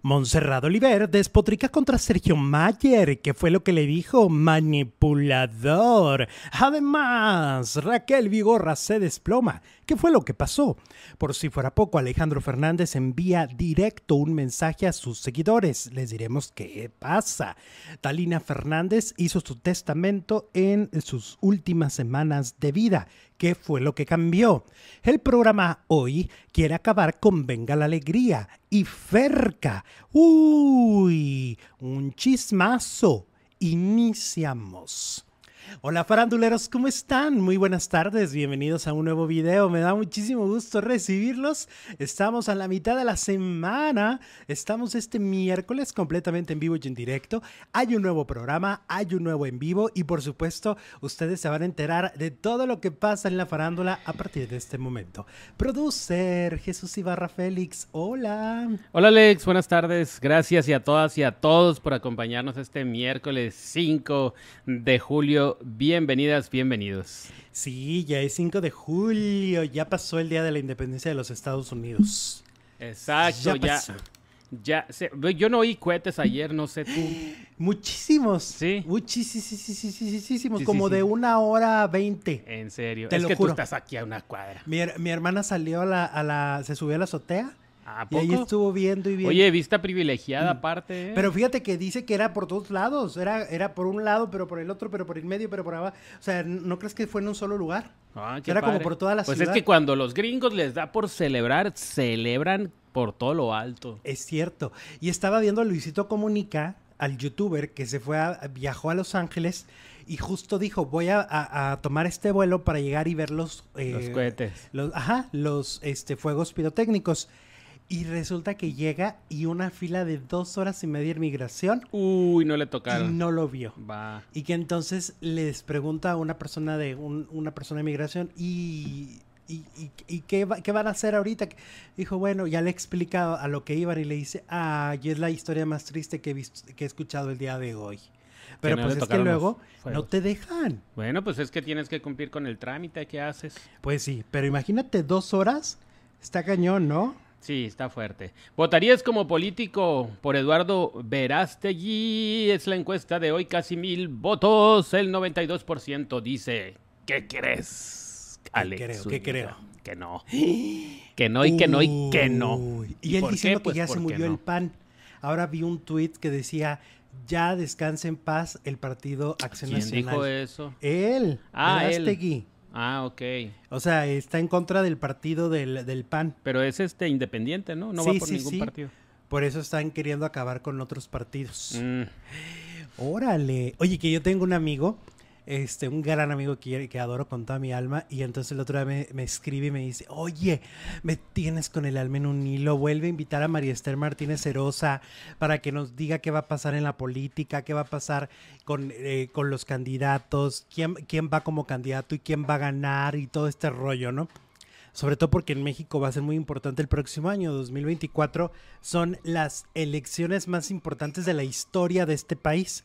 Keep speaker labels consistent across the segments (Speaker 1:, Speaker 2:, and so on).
Speaker 1: Monserrat Oliver despotrica contra Sergio Mayer, que fue lo que le dijo manipulador. Además, Raquel Vigorra se desploma. ¿Qué fue lo que pasó? Por si fuera poco, Alejandro Fernández envía directo un mensaje a sus seguidores. Les diremos qué pasa. Talina Fernández hizo su testamento en sus últimas semanas de vida. ¿Qué fue lo que cambió? El programa hoy quiere acabar con Venga la Alegría y Ferca. ¡Uy! Un chismazo. Iniciamos. Hola faranduleros, ¿cómo están? Muy buenas tardes, bienvenidos a un nuevo video, me da muchísimo gusto recibirlos. Estamos a la mitad de la semana, estamos este miércoles completamente en vivo y en directo. Hay un nuevo programa, hay un nuevo en vivo y por supuesto ustedes se van a enterar de todo lo que pasa en la farándula a partir de este momento. Producer Jesús Ibarra Félix, hola.
Speaker 2: Hola Alex, buenas tardes, gracias y a todas y a todos por acompañarnos este miércoles 5 de julio bienvenidas, bienvenidos.
Speaker 1: Sí, ya es 5 de julio, ya pasó el Día de la Independencia de los Estados Unidos.
Speaker 2: Exacto, ya. Ya, ya se, yo no oí cohetes ayer, no sé tú.
Speaker 1: Muchísimos.
Speaker 2: Sí.
Speaker 1: Muchísimos, sí, como sí, de una hora veinte.
Speaker 2: En serio,
Speaker 1: Te
Speaker 2: es
Speaker 1: lo
Speaker 2: que
Speaker 1: juro.
Speaker 2: tú estás aquí a una cuadra.
Speaker 1: Mi, her- mi hermana salió a la, a la- se subió a la azotea
Speaker 2: ¿A
Speaker 1: y ahí
Speaker 2: poco?
Speaker 1: estuvo viendo y viendo.
Speaker 2: Oye, vista privilegiada aparte. ¿eh?
Speaker 1: Pero fíjate que dice que era por dos lados, era, era por un lado, pero por el otro, pero por el medio, pero por abajo. O sea, ¿no crees que fue en un solo lugar?
Speaker 2: Ah, qué
Speaker 1: era como
Speaker 2: padre.
Speaker 1: por toda la
Speaker 2: pues
Speaker 1: ciudad.
Speaker 2: es que cuando los gringos les da por celebrar, celebran por todo lo alto.
Speaker 1: Es cierto. Y estaba viendo a Luisito Comunica, al youtuber que se fue a, viajó a Los Ángeles y justo dijo, voy a, a- a tomar este vuelo para llegar y ver los... eh,
Speaker 2: Los cohetes.
Speaker 1: los- ajá, los este, fuegos pirotécnicos. Y resulta que llega y una fila de dos horas y media en migración
Speaker 2: Uy, no le tocaron.
Speaker 1: y no lo vio.
Speaker 2: Va.
Speaker 1: Y que entonces les pregunta a una persona de un- una persona de migración y, y, y- y qué, va- qué van a hacer ahorita. Dijo, bueno, ya le he explicado a lo que iban y le dice, ay, es la historia más triste que he, visto- que he escuchado el día de hoy. Pero
Speaker 2: no
Speaker 1: pues
Speaker 2: le
Speaker 1: es que
Speaker 2: tocaron los
Speaker 1: luego no
Speaker 2: fuegos.
Speaker 1: te dejan.
Speaker 2: Bueno, pues es que tienes que cumplir con el trámite que haces.
Speaker 1: Pues sí, pero imagínate dos horas, está cañón, ¿no?
Speaker 2: Sí, está fuerte. ¿Votarías como político por Eduardo Verástegui? Es la encuesta de hoy, casi mil votos. El 92% dice, ¿qué crees, Alex?
Speaker 1: creo,
Speaker 2: Zúñiga?
Speaker 1: qué creo? Uh,
Speaker 2: Que no. Que no y que no y que no.
Speaker 1: Uy, Y él
Speaker 2: por qué?
Speaker 1: diciendo
Speaker 2: Pues
Speaker 1: que ya se
Speaker 2: porque
Speaker 1: murió
Speaker 2: no.
Speaker 1: el pan. Ahora vi un tuit que decía, ya descanse en paz el partido Acción
Speaker 2: ¿Quién
Speaker 1: Nacional.
Speaker 2: dijo eso?
Speaker 1: Él,
Speaker 2: Ah, él.
Speaker 1: Verástegui.
Speaker 2: Ah, ok.
Speaker 1: O sea, está en contra del partido del, del PAN.
Speaker 2: Pero es este independiente, ¿no? No
Speaker 1: Sí,
Speaker 2: va por
Speaker 1: sí,
Speaker 2: ningún
Speaker 1: sí.
Speaker 2: partido.
Speaker 1: Por eso están queriendo acabar con otros partidos.
Speaker 2: Mm,
Speaker 1: Órale. Oye, que yo tengo un amigo, este, un gran amigo que, que adoro con toda mi alma. Y entonces el otro día me, me escribe y me dice, oye, me tienes con el alma en un hilo. Vuelve a invitar a María Esther Martínez Herosa para que nos diga qué va a pasar en la política, qué va a pasar con, eh, con los candidatos, quién, quién va como candidato y quién va a ganar y todo este rollo, ¿no? Sobre todo porque en México va a ser muy importante el próximo año, 2024. Son las elecciones más importantes de la historia de este país.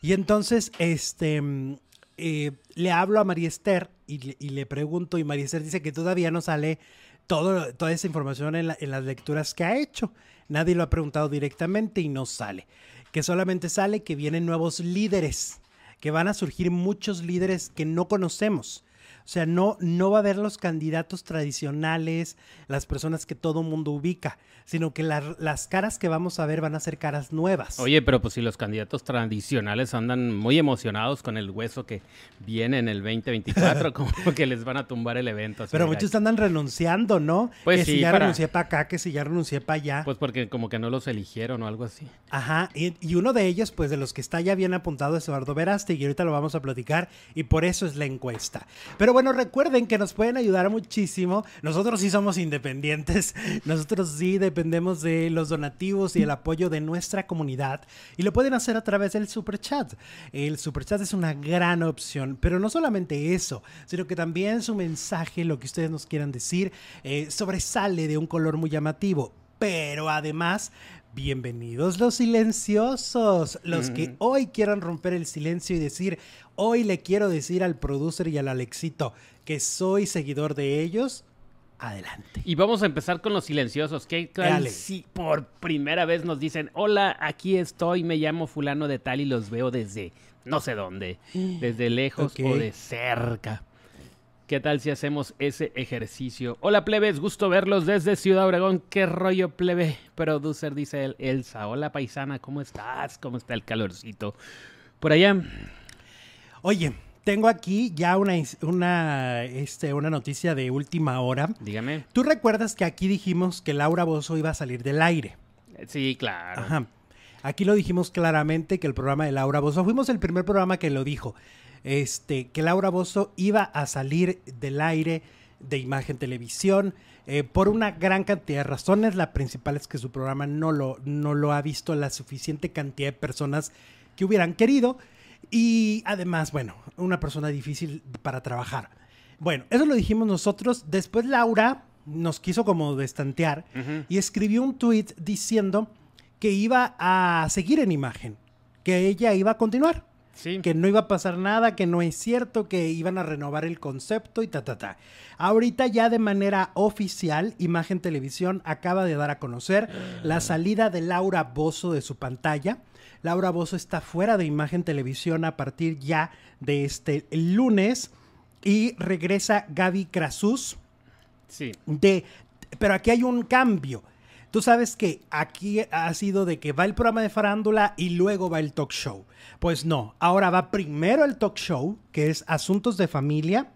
Speaker 1: Y entonces, este, mm, eh, le hablo a María Esther y le, y le pregunto, y María Esther dice que todavía no sale todo, toda esa información en, la- en las lecturas que ha hecho. Nadie lo ha preguntado directamente y no sale. Que solamente sale que vienen nuevos líderes, que van a surgir muchos líderes que no conocemos. O sea, no, no va a haber los candidatos tradicionales, las personas que todo mundo ubica, sino que la- las caras que vamos a ver van a ser caras nuevas.
Speaker 2: Oye, pero pues si los candidatos tradicionales andan muy emocionados con el hueso que viene en el 2024, como que les van a tumbar el evento. así
Speaker 1: Pero
Speaker 2: de
Speaker 1: muchos andan renunciando, ¿no?
Speaker 2: Pues
Speaker 1: que si
Speaker 2: sí,
Speaker 1: ya
Speaker 2: para-
Speaker 1: renuncié para acá, que si ya renuncié para allá.
Speaker 2: Pues porque como que no los eligieron o algo así.
Speaker 1: Ajá. Y, y uno de ellos, pues de los que está ya bien apuntado es Eduardo Veraste y ahorita lo vamos a platicar y por eso es la encuesta. Pero bueno, recuerden que nos pueden ayudar muchísimo. Nosotros sí somos independientes. Nosotros sí dependemos de los donativos y el apoyo de nuestra comunidad y lo pueden hacer a través del super chat. El super chat es una gran opción, pero no solamente eso, sino que también su mensaje, lo que ustedes nos quieran decir, eh, sobresale de un color muy llamativo. Pero además, bienvenidos los silenciosos, los que hoy quieran romper el silencio y decir, hoy le quiero decir al producer y al Alexito que soy seguidor de ellos. Adelante.
Speaker 2: Y vamos a empezar con los silenciosos. que
Speaker 1: Dale.
Speaker 2: si por primera vez nos dicen, hola, aquí estoy, me llamo fulano de tal y los veo desde no sé dónde, desde lejos o
Speaker 1: Mm. Ok.
Speaker 2: de cerca. ¿Qué tal si hacemos ese ejercicio? Hola plebes, gusto verlos desde Ciudad Obregón. ¿Qué rollo plebe? Producer dice el- Elsa. Hola paisana, ¿cómo estás? ¿Cómo está el calorcito? Por allá,
Speaker 1: Oye, tengo aquí ya una, is- una, este, una noticia de última hora.
Speaker 2: dígame.
Speaker 1: Tú recuerdas que aquí dijimos que Laura Bozo iba a salir del aire.
Speaker 2: Sí, claro.
Speaker 1: Ajá. Aquí lo dijimos claramente que el programa de Laura Bozo, fuimos el primer programa que lo dijo, este, que Laura Bozo iba a salir del aire de imagen televisión eh, por una gran cantidad de razones. La principal es que su programa no lo, no lo ha visto la suficiente cantidad de personas que hubieran querido. Y además, bueno, una persona difícil para trabajar. Bueno, eso lo dijimos nosotros. Después Laura nos quiso como destantear
Speaker 2: Ujú.
Speaker 1: y escribió un tweet diciendo que iba a seguir en imagen, que ella iba a continuar,
Speaker 2: Sí.
Speaker 1: que no iba a pasar nada, que no es cierto, que iban a renovar el concepto y ta ta ta. Ahorita ya de manera oficial, Imagen Televisión acaba de dar a conocer la salida de Laura Bozo de su pantalla. Laura Bozo está fuera de Imagen Televisión a partir ya de este lunes y regresa Gaby Krasus
Speaker 2: Sí.
Speaker 1: de pero aquí hay un cambio. Tú sabes que aquí ha sido de que va el programa de farándula y luego va el talk show. Pues no, ahora va primero el talk show, que es Asuntos de Familia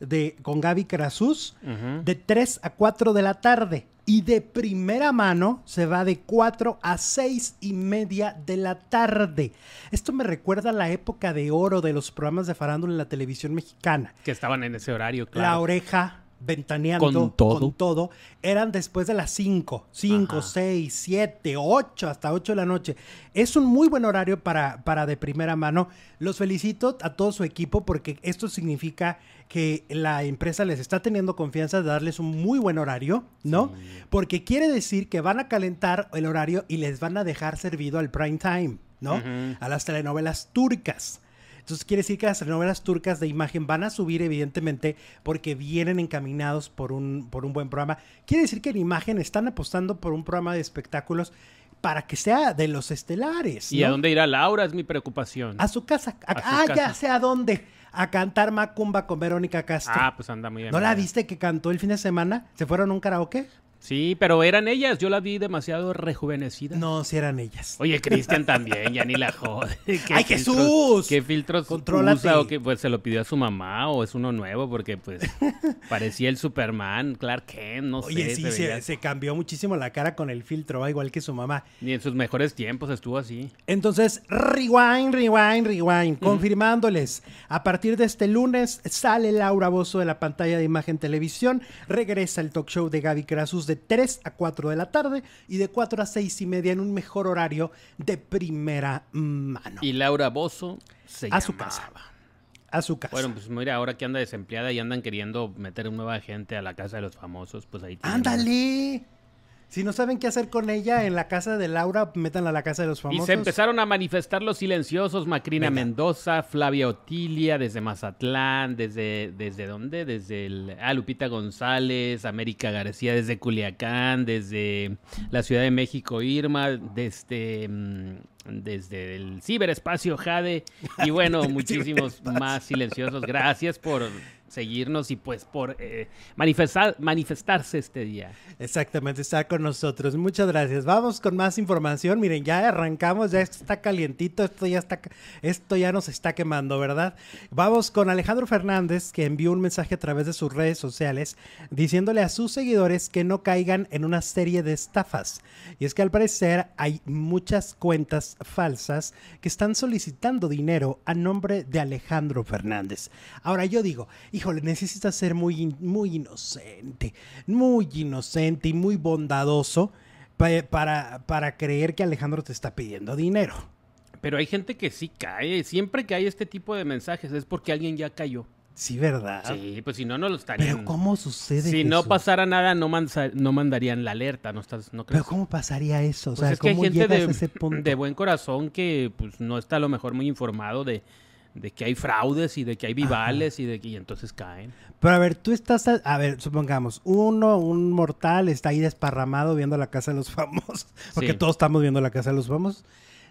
Speaker 1: de con Gaby Krasus
Speaker 2: Ujú.
Speaker 1: de 3 a 4 de la tarde y de primera mano se va de 4 a 6 y media de la tarde. Esto me recuerda la época de oro de los programas de farándula en la televisión mexicana.
Speaker 2: Que estaban en ese horario,
Speaker 1: La
Speaker 2: claro.
Speaker 1: oreja ventaneando
Speaker 2: Con todo.
Speaker 1: con todo, eran después de las 5, 5,
Speaker 2: Ajá.
Speaker 1: 6, 7, 8, hasta 8 de la noche. Es un muy buen horario para, para de primera mano. Los felicito a todo su equipo porque esto significa que la empresa les está teniendo confianza de darles un muy buen horario, ¿no? Porque quiere decir que van a calentar el horario y les van a dejar servido al prime time, ¿no?
Speaker 2: Ujú.
Speaker 1: a las telenovelas turcas. Entonces quiere decir que las telenovelas turcas de imagen van a subir evidentemente porque vienen encaminados por un, por un buen programa. Quiere decir que en imagen están apostando por un programa de espectáculos para que sea de los estelares.
Speaker 2: ¿Y
Speaker 1: ¿no?
Speaker 2: a dónde irá Laura? Es mi preocupación.
Speaker 1: A su casa. A-
Speaker 2: A su
Speaker 1: ah, ya
Speaker 2: casa.
Speaker 1: sé a dónde. A cantar Macumba con Verónica Castro.
Speaker 2: Ah, pues anda muy bien.
Speaker 1: ¿No la
Speaker 2: madre.
Speaker 1: viste que cantó el fin de semana? ¿Se fueron a un karaoke?
Speaker 2: Sí, pero eran ellas. Yo la vi demasiado rejuvenecida.
Speaker 1: No, si eran ellas.
Speaker 2: Oye, Cristian también, ya ni la jode. ¿Qué
Speaker 1: ¡Ay, Jesús!
Speaker 2: ¿Qué filtros
Speaker 1: Contrólate.
Speaker 2: usa o que pues, se lo pidió a su mamá o es uno nuevo? Porque pues parecía el Superman, Clark Kent, no
Speaker 1: Oye,
Speaker 2: sé.
Speaker 1: sí,
Speaker 2: se
Speaker 1: se,
Speaker 2: veía-
Speaker 1: se cambió muchísimo la cara con el filtro, va igual que su mamá.
Speaker 2: Ni en sus mejores tiempos estuvo así.
Speaker 1: Entonces, rewind, rewind, rewind. Confirmándoles, a partir de este lunes sale Laura Bozo de la pantalla de imagen televisión, regresa el talk show de Gaby Krasus de 3 a 4 de la tarde y de 4 a 6 y media en un mejor horario de primera mano.
Speaker 2: Y Laura Bozo se
Speaker 1: A su
Speaker 2: llamaba.
Speaker 1: casa. A su casa.
Speaker 2: Bueno, pues mira, ahora que anda desempleada y andan queriendo meter nueva gente a la casa de los famosos, pues ahí tienen.
Speaker 1: ¡Ándale! Si no saben qué hacer con ella en la casa de Laura, métanla a la casa de los famosos.
Speaker 2: Y se empezaron a manifestar los silenciosos, Macrina
Speaker 1: Venga.
Speaker 2: Mendoza, Flavia Otilia, desde Mazatlán, desde, ¿desde dónde? Desde el, ah, Lupita González, América García, desde Culiacán, desde la Ciudad de México, Irma, desde, mm, desde el ciberespacio, Jade, y bueno, muchísimos más silenciosos. Gracias por seguirnos y pues por eh, manifestar, manifestarse este día.
Speaker 1: Exactamente, está con nosotros. Muchas gracias. Vamos con más información. Miren, ya arrancamos, ya esto está calientito, esto ya está, esto ya nos está quemando, ¿verdad? Vamos con Alejandro Fernández, que envió un mensaje a través de sus redes sociales diciéndole a sus seguidores que no caigan en una serie de estafas. Y es que al parecer hay muchas cuentas falsas que están solicitando dinero a nombre de Alejandro Fernández. Ahora yo digo, híjole, necesitas ser muy, in- muy inocente, muy inocente y muy bondadoso pa- para, para creer que Alejandro te está pidiendo dinero.
Speaker 2: Pero hay gente que sí cae, siempre que hay este tipo de mensajes es porque alguien ya cayó.
Speaker 1: Sí, ¿verdad?
Speaker 2: Sí, pues si no, no lo estarían.
Speaker 1: Pero ¿cómo sucede
Speaker 2: si no
Speaker 1: eso?
Speaker 2: pasara nada, no, mansa- no mandarían la alerta, ¿no estás? ¿No crees?
Speaker 1: ¿Pero cómo pasaría eso? O
Speaker 2: Pues
Speaker 1: sea,
Speaker 2: es que hay
Speaker 1: ¿cómo
Speaker 2: gente
Speaker 1: llegas
Speaker 2: de,
Speaker 1: a ese punto?
Speaker 2: de buen corazón que pues no está a lo mejor muy informado de, de que hay fraudes y de que hay vivales y de que y entonces caen.
Speaker 1: Pero a ver, tú estás, a, a ver, supongamos, uno, un mortal está ahí desparramado viendo la casa de los famosos, porque
Speaker 2: Sí.
Speaker 1: todos estamos viendo la casa de los famosos.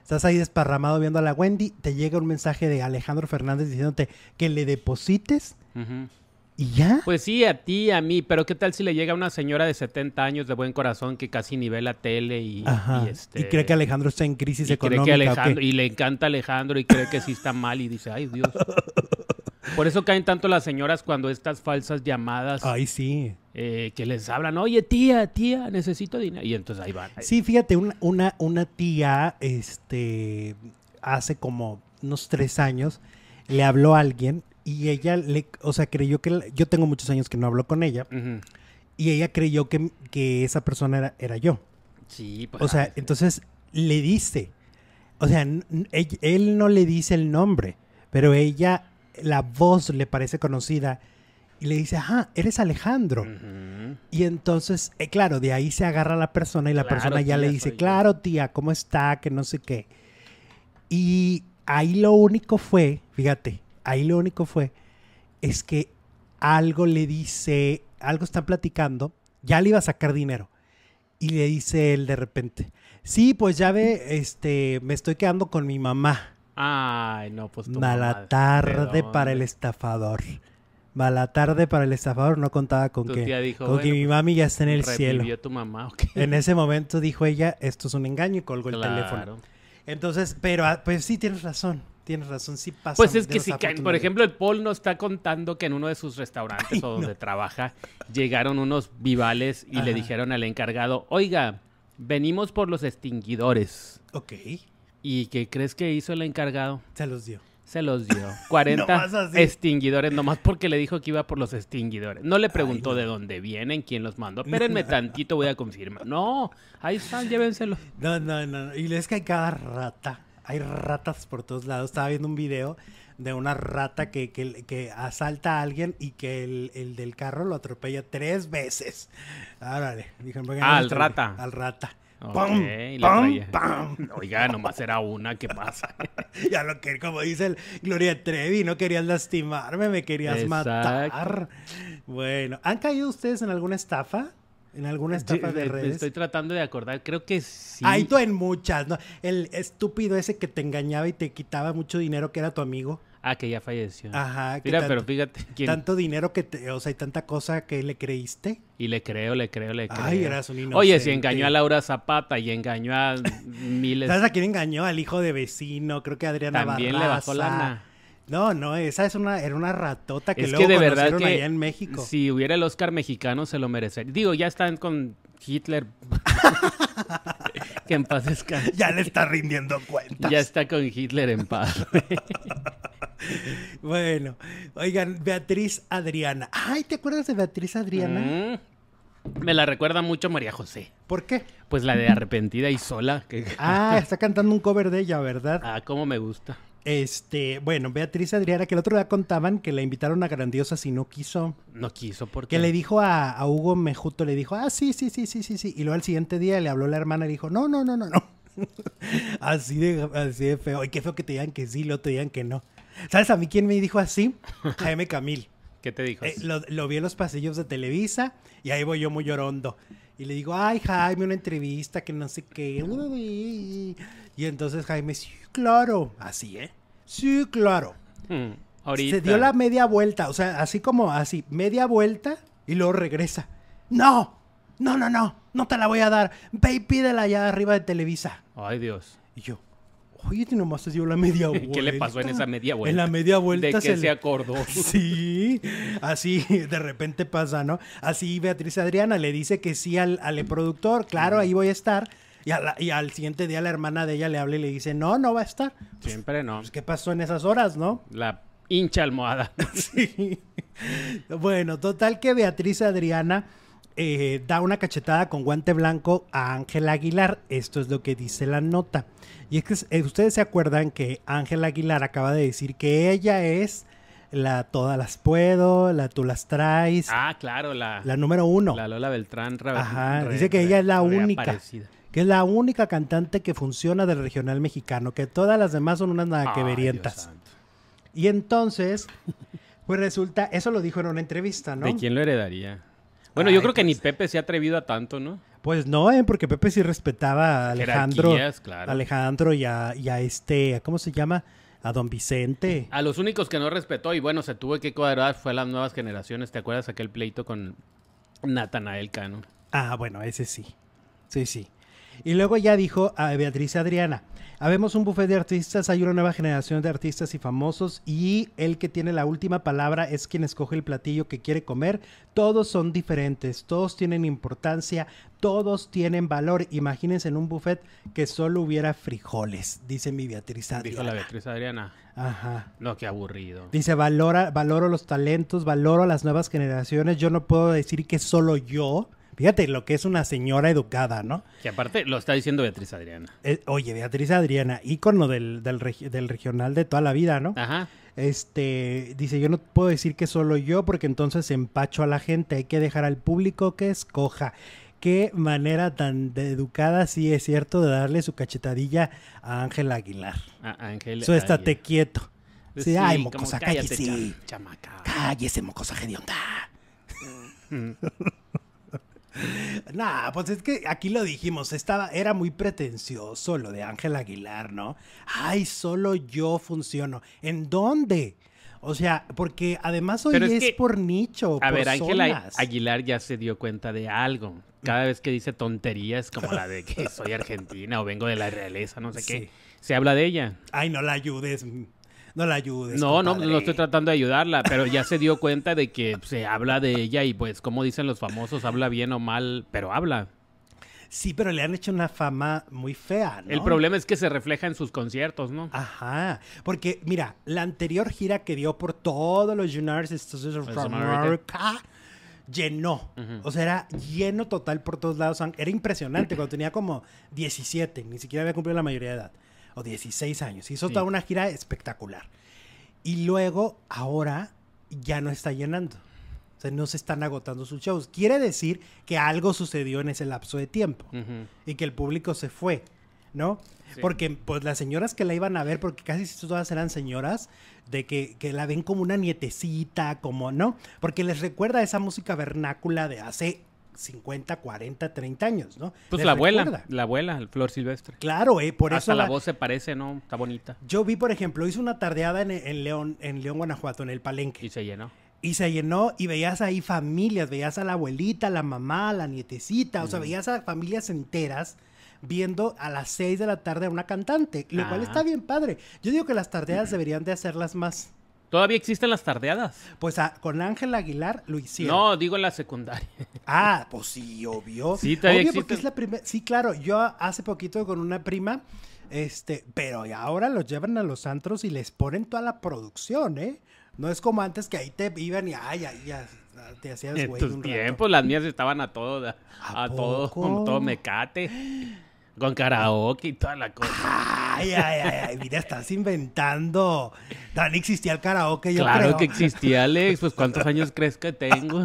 Speaker 1: Estás ahí desparramado viendo a la Wendy, te llega un mensaje de Alejandro Fernández diciéndote que le deposites
Speaker 2: Ujú.
Speaker 1: y ya.
Speaker 2: Pues sí, a ti, a mí, pero ¿qué tal si le llega una señora de 70 años de buen corazón que casi ni ve la tele y,
Speaker 1: Ajá.
Speaker 2: y, este,
Speaker 1: Y cree que Alejandro está en crisis
Speaker 2: y cree que
Speaker 1: económica. ¿o qué?
Speaker 2: Alejandro- y le encanta Alejandro y cree que sí está mal y dice, ay Dios. Por eso caen tanto las señoras cuando estas falsas llamadas
Speaker 1: Ay, sí.
Speaker 2: eh, que les hablan, oye tía, tía, necesito dinero. Y entonces ahí van.
Speaker 1: Sí, fíjate, una, una, una tía, este, hace como unos tres años, le habló a alguien y ella le, o sea, creyó que, la- yo tengo muchos años que no hablo con ella,
Speaker 2: Ujú.
Speaker 1: y ella creyó que, que esa persona era, era yo.
Speaker 2: Sí, pues.
Speaker 1: O sea,
Speaker 2: ay,
Speaker 1: entonces le dice, o sea, n- n- ell- él no le dice el nombre, pero ella, la voz le parece conocida y le dice, ajá, eres Alejandro.
Speaker 2: ah, Mm. ujú.
Speaker 1: Y entonces, eh, claro, de ahí se agarra la persona y la
Speaker 2: Claro,
Speaker 1: persona ya
Speaker 2: tía,
Speaker 1: le dice,
Speaker 2: soy yo.
Speaker 1: claro, tía, ¿cómo está? Que no sé qué. Y ahí lo único fue, fíjate, ahí lo único fue, es que algo le dice, algo están platicando, ya le iba a sacar dinero. Y le dice él de repente, sí, pues ya ve, este, me estoy quedando con mi mamá.
Speaker 2: Ay, no, pues tu mamá,
Speaker 1: Mala
Speaker 2: ¿de
Speaker 1: tarde para el
Speaker 2: dónde?
Speaker 1: estafador. Mala tarde para el estafador, no contaba con
Speaker 2: Tu
Speaker 1: que...
Speaker 2: tía dijo,
Speaker 1: Como que
Speaker 2: "Bueno, pues,
Speaker 1: mi mami ya está en el cielo.
Speaker 2: Revivió tu mamá, ok.
Speaker 1: En ese momento dijo ella, esto es un engaño y colgó el
Speaker 2: Claro.
Speaker 1: teléfono. Entonces, pero ah, pues sí tienes razón, tienes razón, sí pasa.
Speaker 2: Pues es que si caen, por ejemplo, el Paul nos está contando que en uno de sus restaurantes o donde trabaja llegaron unos vivales y
Speaker 1: Ajá.
Speaker 2: le dijeron al encargado, oiga, venimos por los extinguidores.
Speaker 1: Ok,
Speaker 2: ¿Y qué crees que hizo el encargado?
Speaker 1: se los dio.
Speaker 2: Se los dio. 40
Speaker 1: Nomás así.
Speaker 2: extinguidores, nomás porque le dijo que iba por los extinguidores. No le preguntó
Speaker 1: no.
Speaker 2: de dónde vienen, quién los mandó. Espérenme tantito, voy a confirmar. No, ahí están, llévenselos.
Speaker 1: No, no, no, no, y es que hay cada rata, hay ratas por todos lados. Estaba viendo un video de una rata que, que, que asalta a alguien y que el, el del carro lo atropella tres veces. Árale, dijeron, "Venga,
Speaker 2: Ah, Al
Speaker 1: atropella".
Speaker 2: rata.
Speaker 1: Al rata.
Speaker 2: Ok,
Speaker 1: ¡Pam!
Speaker 2: la
Speaker 1: ¡Pam!
Speaker 2: traía.
Speaker 1: ¡Pam!
Speaker 2: Oiga, nomás era una, ¿qué pasa?
Speaker 1: Ya lo que, como dice el Gloria Trevi, no querías lastimarme, me querías
Speaker 2: Exacto.
Speaker 1: matar. Bueno, ¿han caído ustedes en alguna estafa? ¿En alguna estafa
Speaker 2: Yo,
Speaker 1: de
Speaker 2: eh, me
Speaker 1: redes?
Speaker 2: Estoy tratando de acordar, creo que sí.
Speaker 1: Hay tú en muchas, ¿no? El estúpido ese que te engañaba y te quitaba mucho dinero que era tu amigo.
Speaker 2: Ah, que ya falleció.
Speaker 1: Ajá, que
Speaker 2: Mira,
Speaker 1: tan-
Speaker 2: pero fíjate quién-
Speaker 1: tanto dinero que te, o sea, y tanta cosa que le creíste.
Speaker 2: Y le creo, le creo, le creo.
Speaker 1: Ay, eras un
Speaker 2: Oye, si
Speaker 1: inocente.
Speaker 2: engañó a Laura Zapata y engañó a miles.
Speaker 1: ¿Sabes a quién engañó? Al hijo de vecino, creo que Adriana
Speaker 2: También le
Speaker 1: Barraza.
Speaker 2: bajó lana.
Speaker 1: No, no, esa es una, era una ratota que
Speaker 2: es
Speaker 1: luego
Speaker 2: que de verdad
Speaker 1: conocieron
Speaker 2: que
Speaker 1: allá en México.
Speaker 2: si hubiera el Oscar mexicano se lo merecería. Digo, ya están con Hitler. que en paz descanse.
Speaker 1: Ya le está rindiendo cuentas.
Speaker 2: Ya está con Hitler en paz.
Speaker 1: Bueno, oigan, Beatriz Adriana. Ay, ¿te acuerdas de Beatriz Adriana?
Speaker 2: Mm. Me la recuerda mucho María José.
Speaker 1: ¿Por qué?
Speaker 2: Pues la de arrepentida y sola. Que...
Speaker 1: Ah, está cantando un cover de ella, ¿verdad?
Speaker 2: Ah, cómo me gusta.
Speaker 1: Este, bueno, Beatriz Adriana, que el otro día contaban que la invitaron a Grandiosa si no quiso.
Speaker 2: No quiso porque
Speaker 1: Que le dijo a, a Hugo Mejuto, le dijo, ah, sí, sí, sí, sí, sí, sí. Y luego al siguiente día le habló la hermana y le dijo, no, no, no, no, no. así, de, así de feo. Y qué feo que te digan que sí, luego te digan que no. ¿Sabes a mí quién me dijo así? Jaime Camil.
Speaker 2: ¿Qué te dijo?
Speaker 1: Eh, lo, lo vi en los pasillos de Televisa y ahí voy yo muy llorondo. Y le digo, ay, Jaime, una entrevista que no sé qué. Y entonces Jaime, sí, claro. Así, ¿eh? Sí, claro.
Speaker 2: Mm, ahorita.
Speaker 1: Se dio la media vuelta, o sea, así como así, media vuelta y luego regresa. No, no, no, no, no te la voy a dar. Ve y pídela allá arriba de Televisa.
Speaker 2: Ay, Dios.
Speaker 1: Y yo, oye, tú nomás se dio la media vuelta.
Speaker 2: ¿Qué le pasó en esa media vuelta?
Speaker 1: En la media vuelta
Speaker 2: ¿De qué
Speaker 1: se
Speaker 2: se,
Speaker 1: le-
Speaker 2: acordó?
Speaker 1: Sí, así de repente pasa, ¿no? Así Beatriz Adriana le dice que sí al, al productor, claro, ahí voy a estar. Y, a la- y al siguiente día la hermana de ella le habla y le dice, no, no va a estar.
Speaker 2: Siempre no.
Speaker 1: Pues, ¿Qué pasó en esas horas, no?
Speaker 2: La hincha almohada.
Speaker 1: Sí. Bueno, total que Beatriz Adriana eh, da una cachetada con guante blanco a Ángela Aguilar. Esto es lo que dice la nota. Y es que eh, ustedes se acuerdan que Ángela Aguilar acaba de decir que ella es la todas las puedo, la tú las traes,
Speaker 2: Ah, claro, la,
Speaker 1: la número uno.
Speaker 2: la Lola Beltrán. re-
Speaker 1: Ajá,
Speaker 2: re-
Speaker 1: dice que
Speaker 2: re-
Speaker 1: ella es la única.
Speaker 2: reaparecida.
Speaker 1: Que es la única cantante que funciona del regional mexicano, que todas las demás son unas
Speaker 2: Ay, Dios
Speaker 1: nada que verientas.
Speaker 2: santo.
Speaker 1: Y entonces, pues resulta, eso lo dijo en una entrevista, ¿no?
Speaker 2: ¿De quién lo heredaría? Bueno, yo
Speaker 1: Ay,
Speaker 2: creo que ni
Speaker 1: pues-
Speaker 2: Pepe se ha atrevido a tanto, ¿no?
Speaker 1: Pues no, ¿eh? porque Pepe sí respetaba a Alejandro,
Speaker 2: Jerarquías, claro.
Speaker 1: Alejandro y a, y a este, ¿cómo se llama? A don Vicente.
Speaker 2: A los únicos que no respetó y bueno, se tuvo que cuadrar fue a las nuevas generaciones. ¿Te acuerdas aquel pleito con Natanael Cano?
Speaker 1: Ah, bueno, ese sí. Sí, sí. Y luego ya dijo a Beatriz Adriana, habemos un buffet de artistas, hay una nueva generación de artistas y famosos y el que tiene la última palabra es quien escoge el platillo que quiere comer. Todos son diferentes, todos tienen importancia, todos tienen valor. Imagínense en un buffet que solo hubiera frijoles, dice mi Beatriz Adriana.
Speaker 2: Dijo la Beatriz Adriana.
Speaker 1: Ajá.
Speaker 2: No, qué aburrido.
Speaker 1: Dice, valora, valoro los talentos, valoro a las nuevas generaciones. Yo no puedo decir que solo yo. Fíjate lo que es una señora educada, ¿no?
Speaker 2: Que aparte lo está diciendo Beatriz Adriana.
Speaker 1: Eh, oye, Beatriz Adriana, ícono del, del, regi- del regional de toda la vida, ¿no?
Speaker 2: Ajá.
Speaker 1: Este, dice, yo no puedo decir que solo yo, porque entonces empacho a la gente. Hay que dejar al público que escoja. Qué manera tan de educada, sí es cierto, de darle su cachetadilla a Ángel Aguilar.
Speaker 2: A Ángel.
Speaker 1: Su estate
Speaker 2: Aguirre.
Speaker 1: quieto. Sí, ay,
Speaker 2: eh. como
Speaker 1: mocosa,
Speaker 2: cállate,
Speaker 1: cállese.
Speaker 2: cha- chamaca.
Speaker 1: Cállese, mocosa hedionda. Nah, pues es que aquí lo dijimos, estaba, era muy pretencioso lo de Ángel Aguilar, ¿no? Ay, solo yo funciono. ¿En dónde? O sea, porque además hoy
Speaker 2: Pero
Speaker 1: es,
Speaker 2: es que-
Speaker 1: por nicho,
Speaker 2: A
Speaker 1: por
Speaker 2: ver, Ángela
Speaker 1: zonas.
Speaker 2: Aguilar ya se dio cuenta de algo. Cada vez que dice tonterías como la de que soy argentina o vengo de la realeza, no sé
Speaker 1: Sí.
Speaker 2: qué, se habla de ella.
Speaker 1: Ay, no la ayudes, mm, no la ayudes.
Speaker 2: No, no,
Speaker 1: Pues compadre.
Speaker 2: no estoy tratando de ayudarla, pero ya se dio cuenta de que se habla de ella y pues como dicen los famosos, habla bien o mal, pero habla.
Speaker 1: Sí, pero le han hecho una fama muy fea, ¿no? Ah.
Speaker 2: El problema es que se refleja en sus conciertos, ¿no?
Speaker 1: Ajá, porque mira, la anterior gira que dio por todos los United States of
Speaker 2: Pues, America.
Speaker 1: America llenó. O sea, era lleno total por todos lados. Era impresionante cuando tenía como 17, ni siquiera había cumplido la mayoría de edad, o 16 años. Hizo
Speaker 2: Sí.
Speaker 1: toda una gira espectacular. Y luego, ahora, ya no está llenando. O sea, no se están agotando sus shows. Quiere decir que algo sucedió en ese lapso de tiempo
Speaker 2: Ujú.
Speaker 1: y que el público se fue, ¿no?
Speaker 2: Sí.
Speaker 1: Porque pues las señoras que la iban a ver, porque casi todas eran señoras, de que, que la ven como una nietecita, como, ¿no? Porque les recuerda esa música vernácula de hace 50, 40, 30 años, ¿no?
Speaker 2: Pues
Speaker 1: Les
Speaker 2: la abuela,
Speaker 1: recuerda.
Speaker 2: la abuela, el Flor Silvestre.
Speaker 1: Claro, eh, por
Speaker 2: Hasta
Speaker 1: eso
Speaker 2: la
Speaker 1: la-
Speaker 2: voz se parece, ¿no? Está bonita.
Speaker 1: Yo vi, por ejemplo, hizo una tardeada en, en León, en León, Guanajuato, en el Palenque.
Speaker 2: Y se llenó.
Speaker 1: Y se llenó y veías ahí familias, veías a la abuelita, la mamá, la nietecita, o sea, veías a familias enteras viendo a las 6 de la tarde a una cantante, lo cual
Speaker 2: Ah.
Speaker 1: está bien padre. Yo digo que las tardeadas deberían de hacerlas más.
Speaker 2: Todavía existen las tardeadas.
Speaker 1: Pues a- con Ángel Aguilar lo hicieron.
Speaker 2: No, digo la secundaria.
Speaker 1: Ah, pues sí, obvio.
Speaker 2: Sí, todavía
Speaker 1: obvio porque
Speaker 2: existen.
Speaker 1: es la primera. Sí, claro, yo hace poquito con una prima, este, pero ahora los llevan a los antros y les ponen toda la producción, ¿eh? No es como antes que ahí te iban y ay, ay, ya te hacías
Speaker 2: En
Speaker 1: güey
Speaker 2: tus
Speaker 1: un rato.
Speaker 2: tiempos las mías estaban a todo, da-
Speaker 1: ¿A
Speaker 2: a, todo,
Speaker 1: poco?
Speaker 2: con todo mecate, con karaoke y toda la cosa.
Speaker 1: Ay, ay, ay, ay, mira, estás inventando. Dani existía el karaoke, yo
Speaker 2: claro
Speaker 1: creo.
Speaker 2: que existía, Alex, pues cuántos años crees que tengo.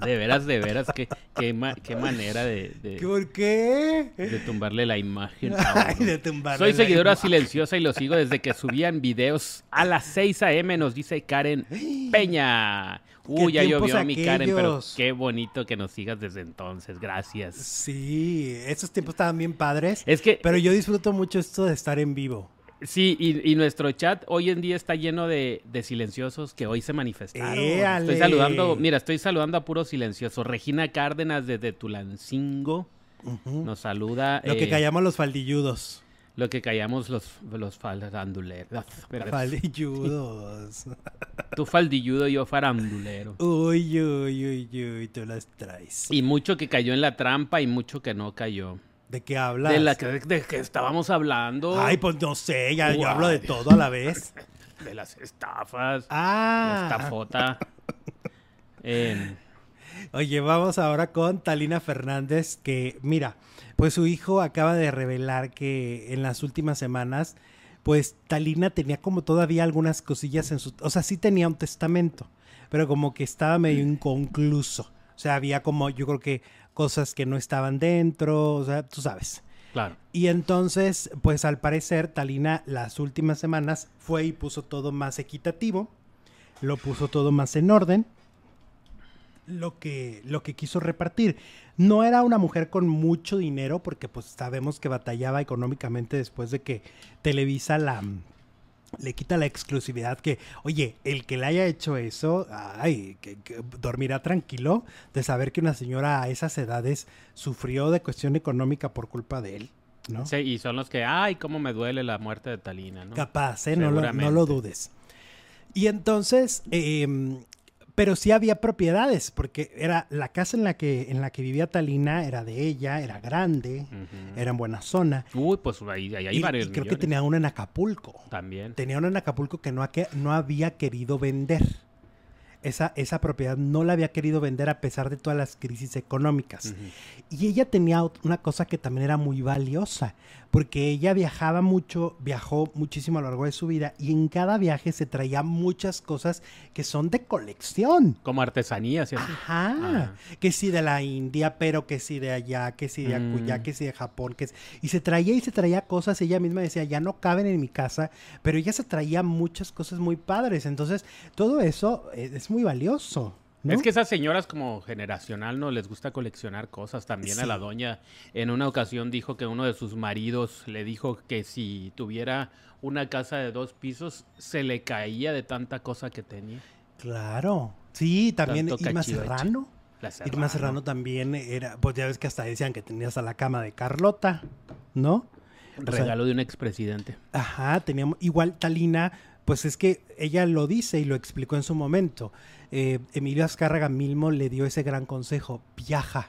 Speaker 2: de veras, de veras, qué, qué, ma- qué manera de, de-
Speaker 1: ¿Por qué?
Speaker 2: de tumbarle la imagen. a uno.
Speaker 1: Ay, de tumbarle
Speaker 2: Soy
Speaker 1: la
Speaker 2: seguidora
Speaker 1: imagen.
Speaker 2: silenciosa y lo sigo desde que subían videos a las 6 a.m., nos dice Karen Peña. Uy, ya
Speaker 1: tiempos
Speaker 2: llovió mi Karen, pero
Speaker 1: aquellos?
Speaker 2: qué bonito que nos sigas desde entonces. Gracias.
Speaker 1: Sí, esos tiempos estaban bien padres.
Speaker 2: Es que
Speaker 1: Pero yo disfruto mucho esto de estar en vivo.
Speaker 2: sí, y, y nuestro chat hoy en día está lleno de, de silenciosos que hoy se manifestaron.
Speaker 1: ¡Éale!
Speaker 2: Estoy saludando, mira, estoy saludando a puros silenciosos. Regina Cárdenas desde Tulancingo
Speaker 1: Ujú.
Speaker 2: nos saluda.
Speaker 1: Lo que
Speaker 2: eh,
Speaker 1: callamos los faldilludos.
Speaker 2: Lo que callamos los, los faranduleros.
Speaker 1: Faldilludos.
Speaker 2: Tú faldilludo, yo farandulero.
Speaker 1: Uy, uy, uy, uy, tú las traes.
Speaker 2: Y mucho que cayó en la trampa y mucho que no cayó.
Speaker 1: ¿De qué hablas?
Speaker 2: De la que, de que estábamos hablando.
Speaker 1: Ay, pues no sé, ya yo
Speaker 2: Guay.
Speaker 1: hablo de todo a la vez.
Speaker 2: De las estafas.
Speaker 1: Ah.
Speaker 2: La estafota. Em,
Speaker 1: Oye, vamos ahora con Talina Fernández, que mira, pues su hijo acaba de revelar que en las últimas semanas, pues Talina tenía como todavía algunas cosillas en su... O sea, sí tenía un testamento, pero como que estaba medio inconcluso. O sea, había como, yo creo que cosas que no estaban dentro, o sea, tú sabes.
Speaker 2: Claro.
Speaker 1: Y entonces, pues al parecer, Talina las últimas semanas fue y puso todo más equitativo, lo puso todo más en orden, lo que, lo que quiso repartir. No era una mujer con mucho dinero, porque pues sabemos que batallaba económicamente después de que Televisa la le quita la exclusividad que, oye, el que le haya hecho eso, ay, que, que dormirá tranquilo de saber que una señora a esas edades sufrió de cuestión económica por culpa de él, ¿no?
Speaker 2: Sí, y son los que, ay, cómo me duele la muerte de Talina, ¿no?
Speaker 1: Capaz, ¿eh? No lo, no lo dudes. Y entonces, eh, pero sí había propiedades, porque era la casa en la que, en la que vivía Talina, era de ella, era grande,
Speaker 2: Ujú.
Speaker 1: era en buena zona.
Speaker 2: Uy, pues ahí, ahí hay
Speaker 1: Eh. y,
Speaker 2: varios
Speaker 1: y creo que
Speaker 2: millones.
Speaker 1: tenía una en Acapulco.
Speaker 2: También.
Speaker 1: Tenía una en Acapulco que no, ha que no había querido vender. Esa, esa propiedad no la había querido vender a pesar de todas las crisis económicas.
Speaker 2: Ujú.
Speaker 1: Y ella tenía ot- una cosa que también era muy valiosa, porque ella viajaba mucho, viajó muchísimo a lo largo de su vida y en cada viaje se traía muchas cosas que son de colección.
Speaker 2: Como artesanía, ¿cierto?
Speaker 1: Ajá.
Speaker 2: Ajá. Ah.
Speaker 1: Que sí de la India, pero que sí de allá, que sí de acullá,
Speaker 2: Mm.
Speaker 1: que sí de Japón, que es- y se traía y se traía cosas, ella misma decía, ya no caben en mi casa, pero ella se traía muchas cosas muy padres, entonces todo eso eh, es, muy valioso. ¿no?
Speaker 2: Es que esas señoras como generacional no les gusta coleccionar cosas. También a la
Speaker 1: Sí.
Speaker 2: doña en una ocasión dijo que uno de sus maridos le dijo que si tuviera una casa de dos pisos se le caía de tanta cosa que tenía.
Speaker 1: Claro. Sí, también
Speaker 2: Tanto
Speaker 1: Irma
Speaker 2: cachivache.
Speaker 1: Serrano.
Speaker 2: La
Speaker 1: Irma Serrano también era, pues ya ves que hasta decían que tenías a la cama de Carlota, ¿no? O sea,
Speaker 2: Regalo de un expresidente.
Speaker 1: Ajá, teníamos. Igual Talina, pues es que ella lo dice y lo explicó en su momento. Eh, Emilio Azcárraga mismo le dio ese gran consejo: viaja.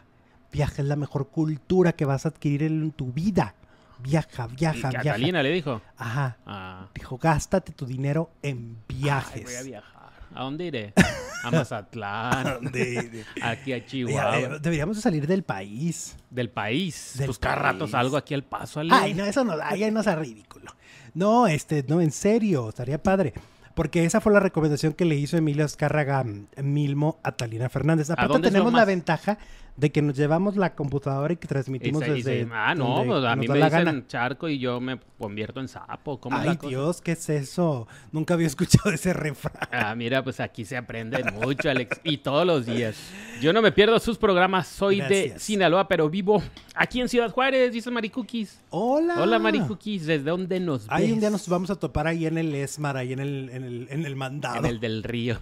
Speaker 1: Viaja es la mejor cultura que vas a adquirir en tu vida. Viaja,
Speaker 2: Y
Speaker 1: viaja, viaja.
Speaker 2: Catalina le dijo.
Speaker 1: Ajá.
Speaker 2: Ah,
Speaker 1: Dijo, gástate tu dinero en
Speaker 2: ay, voy a
Speaker 1: viajes.
Speaker 2: viajar. ¿A dónde iré? A Mazatlán.
Speaker 1: De- de-
Speaker 2: Aquí
Speaker 1: eh,
Speaker 2: a
Speaker 1: de-
Speaker 2: Chihuahua.
Speaker 1: deberíamos de salir del país.
Speaker 2: Del país.
Speaker 1: Del
Speaker 2: pues cada rato
Speaker 1: país.
Speaker 2: salgo aquí al paso. Ale.
Speaker 1: Ay, no, eso no, ay, ay, no sea ridículo. No, este, no, en serio, estaría padre. Porque esa fue la recomendación que le hizo Emilio Azcárraga mm, Milmo a Talina Fernández. Aparte
Speaker 2: dónde es lo
Speaker 1: tenemos la
Speaker 2: más?
Speaker 1: ventaja de que nos llevamos la computadora y que
Speaker 2: Y
Speaker 1: transmitimos
Speaker 2: se- y
Speaker 1: desde
Speaker 2: se- ah, no,
Speaker 1: donde
Speaker 2: pues a
Speaker 1: nos
Speaker 2: mí
Speaker 1: da
Speaker 2: me
Speaker 1: la
Speaker 2: dicen
Speaker 1: gana.
Speaker 2: charco y yo me convierto en sapo. ¿Cómo es la
Speaker 1: Ay,
Speaker 2: cosa?
Speaker 1: Dios, ¿qué es eso? Nunca había escuchado ese refrán.
Speaker 2: Ah, mira, pues aquí se aprende mucho, Alex, y todos los días. Yo no me pierdo sus programas, soy de
Speaker 1: Gracias.
Speaker 2: Sinaloa, pero vivo aquí en Ciudad Juárez, dice Maricukis.
Speaker 1: Hola.
Speaker 2: Hola, Maricukis, ¿desde dónde nos ves?
Speaker 1: Ahí Ah. un día nos vamos a topar ahí en el Esmar, ahí en el, en el, en el mandado.
Speaker 2: En el del río.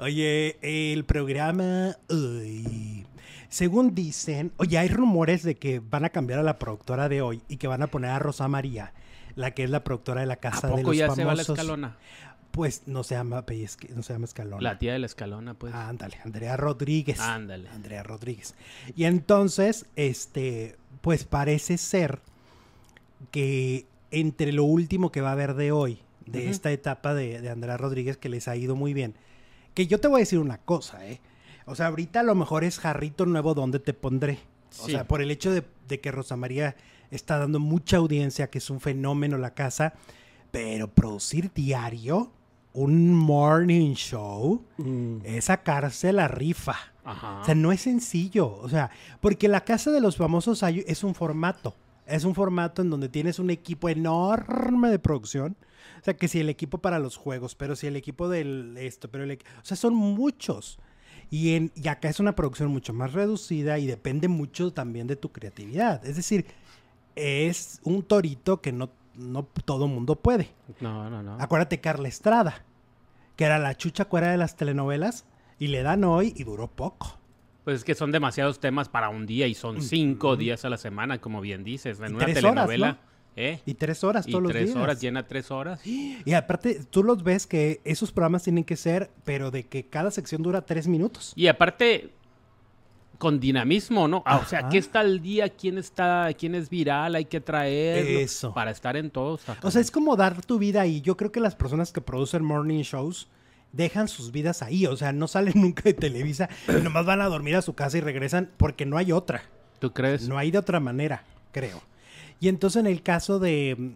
Speaker 1: Oye, el programa. uy, según dicen, oye, hay rumores de que van a cambiar a la productora de hoy y que van a poner a Rosa María, la que es la productora de la
Speaker 2: ¿A
Speaker 1: Casa de
Speaker 2: poco
Speaker 1: los
Speaker 2: ya
Speaker 1: Famosos.
Speaker 2: se va la escalona?
Speaker 1: Pues no se llama Pellizque- no se llama Escalona.
Speaker 2: La tía de la escalona, pues.
Speaker 1: Ah, Ándale, Andrea Rodríguez.
Speaker 2: Ándale.
Speaker 1: Andrea Rodríguez. Y entonces, este, pues parece ser que entre lo último que va a haber de hoy, de
Speaker 2: Ujú.
Speaker 1: esta etapa de, de Andrea Rodríguez, que les ha ido muy bien, que yo te voy a decir una cosa, ¿eh? O sea, ahorita a lo mejor es jarrito nuevo donde te pondré. O
Speaker 2: Sí.
Speaker 1: sea, por el hecho de, de que Rosa María está dando mucha audiencia, que es un fenómeno la casa, pero producir diario un morning show, es sacarse la rifa.
Speaker 2: Ajá.
Speaker 1: O sea, no es sencillo. O sea, porque la casa de los famosos hay- es un formato. Es un formato en donde tienes un equipo enorme de producción. O sea, que si el equipo para los juegos, pero si el equipo del esto, pero el equi- O sea, son muchos. Y, en, y acá es una producción mucho más reducida y depende mucho también de tu creatividad. Es decir, es un torito que no, no todo mundo puede.
Speaker 2: No, no, no.
Speaker 1: Acuérdate Carla Estrada, que era la chucha cuera de las telenovelas y le dan hoy y duró poco.
Speaker 2: Pues es que son demasiados temas para un día y son cinco días a la semana, como bien dices. En una
Speaker 1: Mm. tres horas,
Speaker 2: telenovela.
Speaker 1: ¿no?
Speaker 2: ¿eh?
Speaker 1: Y tres horas
Speaker 2: Y
Speaker 1: todos los
Speaker 2: tres
Speaker 1: días.
Speaker 2: horas, llena tres horas.
Speaker 1: Y aparte, tú los ves que esos programas tienen que ser, pero de que cada sección dura tres minutos.
Speaker 2: Y aparte, con dinamismo, ¿no? Ah, o sea,
Speaker 1: Ajá.
Speaker 2: ¿qué está al día? ¿Quién está? ¿Quién es viral? Hay que traerlo
Speaker 1: Eso.
Speaker 2: Para estar en todos.
Speaker 1: O sea, es como dar tu vida ahí. Yo creo que las personas que producen morning shows dejan sus vidas ahí. O sea, no salen nunca de Televisa. y nomás van a dormir a su casa y regresan porque no hay otra.
Speaker 2: ¿Tú crees?
Speaker 1: No hay de otra manera, creo. Y entonces en el caso de,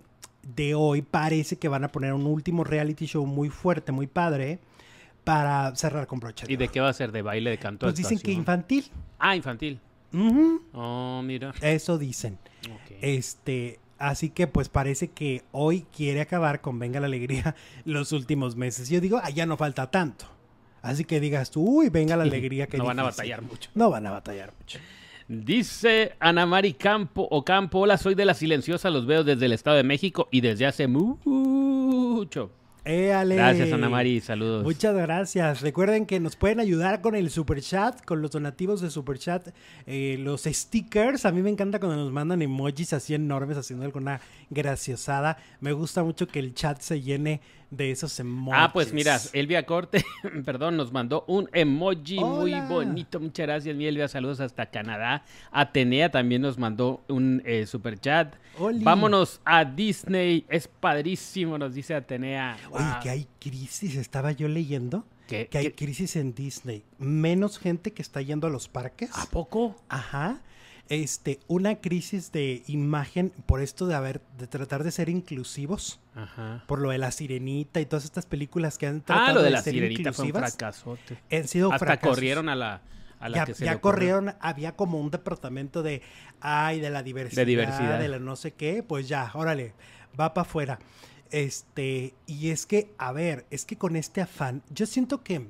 Speaker 1: de hoy parece que van a poner un último reality show muy fuerte, muy padre, para cerrar con broche.
Speaker 2: ¿Y de qué va a ser? ¿De baile, de canto?
Speaker 1: Pues dicen que
Speaker 2: actuación?
Speaker 1: infantil.
Speaker 2: Ah, infantil.
Speaker 1: Ujú,
Speaker 2: Oh, mira.
Speaker 1: Eso dicen.
Speaker 2: Ok.
Speaker 1: Este, así que pues parece que hoy quiere acabar con Venga la Alegría los últimos meses. Yo digo, ah, ya no falta tanto. Así que digas tú, uy, venga la alegría que
Speaker 2: no van a
Speaker 1: difícil".
Speaker 2: batallar mucho.
Speaker 1: No van a batallar mucho.
Speaker 2: Dice Ana Mari Campo Ocampo, hola, soy de la silenciosa, los veo desde el Estado de México y desde hace mucho.
Speaker 1: Éale.
Speaker 2: Gracias Ana Mari, saludos.
Speaker 1: Muchas gracias. Recuerden que nos pueden ayudar con el super chat, con los donativos de super chat, eh, los stickers. A mí me encanta cuando nos mandan emojis así enormes haciendo alguna graciosada. Me gusta mucho que el chat se llene de esos emojis.
Speaker 2: Ah, pues mira, Elvia Corte, perdón, nos mandó un emoji muy
Speaker 1: Hola.
Speaker 2: bonito. Muchas gracias, mi Elvia. Saludos hasta Canadá. Atenea también nos mandó un eh, super chat.
Speaker 1: Oli.
Speaker 2: Vámonos a Disney. Es padrísimo, nos dice Atenea.
Speaker 1: Oye,
Speaker 2: Wow.
Speaker 1: que hay crisis, estaba yo leyendo
Speaker 2: ah. ¿Qué-
Speaker 1: que hay
Speaker 2: qué-
Speaker 1: crisis en Disney. Menos gente que está yendo a los parques.
Speaker 2: ¿A poco?
Speaker 1: Ajá. Este, una crisis de imagen por esto de haber, de tratar de ser inclusivos,
Speaker 2: Ajá.
Speaker 1: por lo de la sirenita y todas estas películas que han tratado
Speaker 2: Ah, lo de la
Speaker 1: ser
Speaker 2: sirenita fue un
Speaker 1: inclusivas,
Speaker 2: fracasote.
Speaker 1: han sido
Speaker 2: Hasta
Speaker 1: fracasos.
Speaker 2: corrieron a la, a la
Speaker 1: ya,
Speaker 2: que se
Speaker 1: ya
Speaker 2: le ocurrió.
Speaker 1: corrieron, había como un departamento de, ay, de la diversidad, de,
Speaker 2: diversidad.
Speaker 1: la no sé qué, pues ya, órale, va para afuera. Este, y es que, a ver, es que con este afán, yo siento que,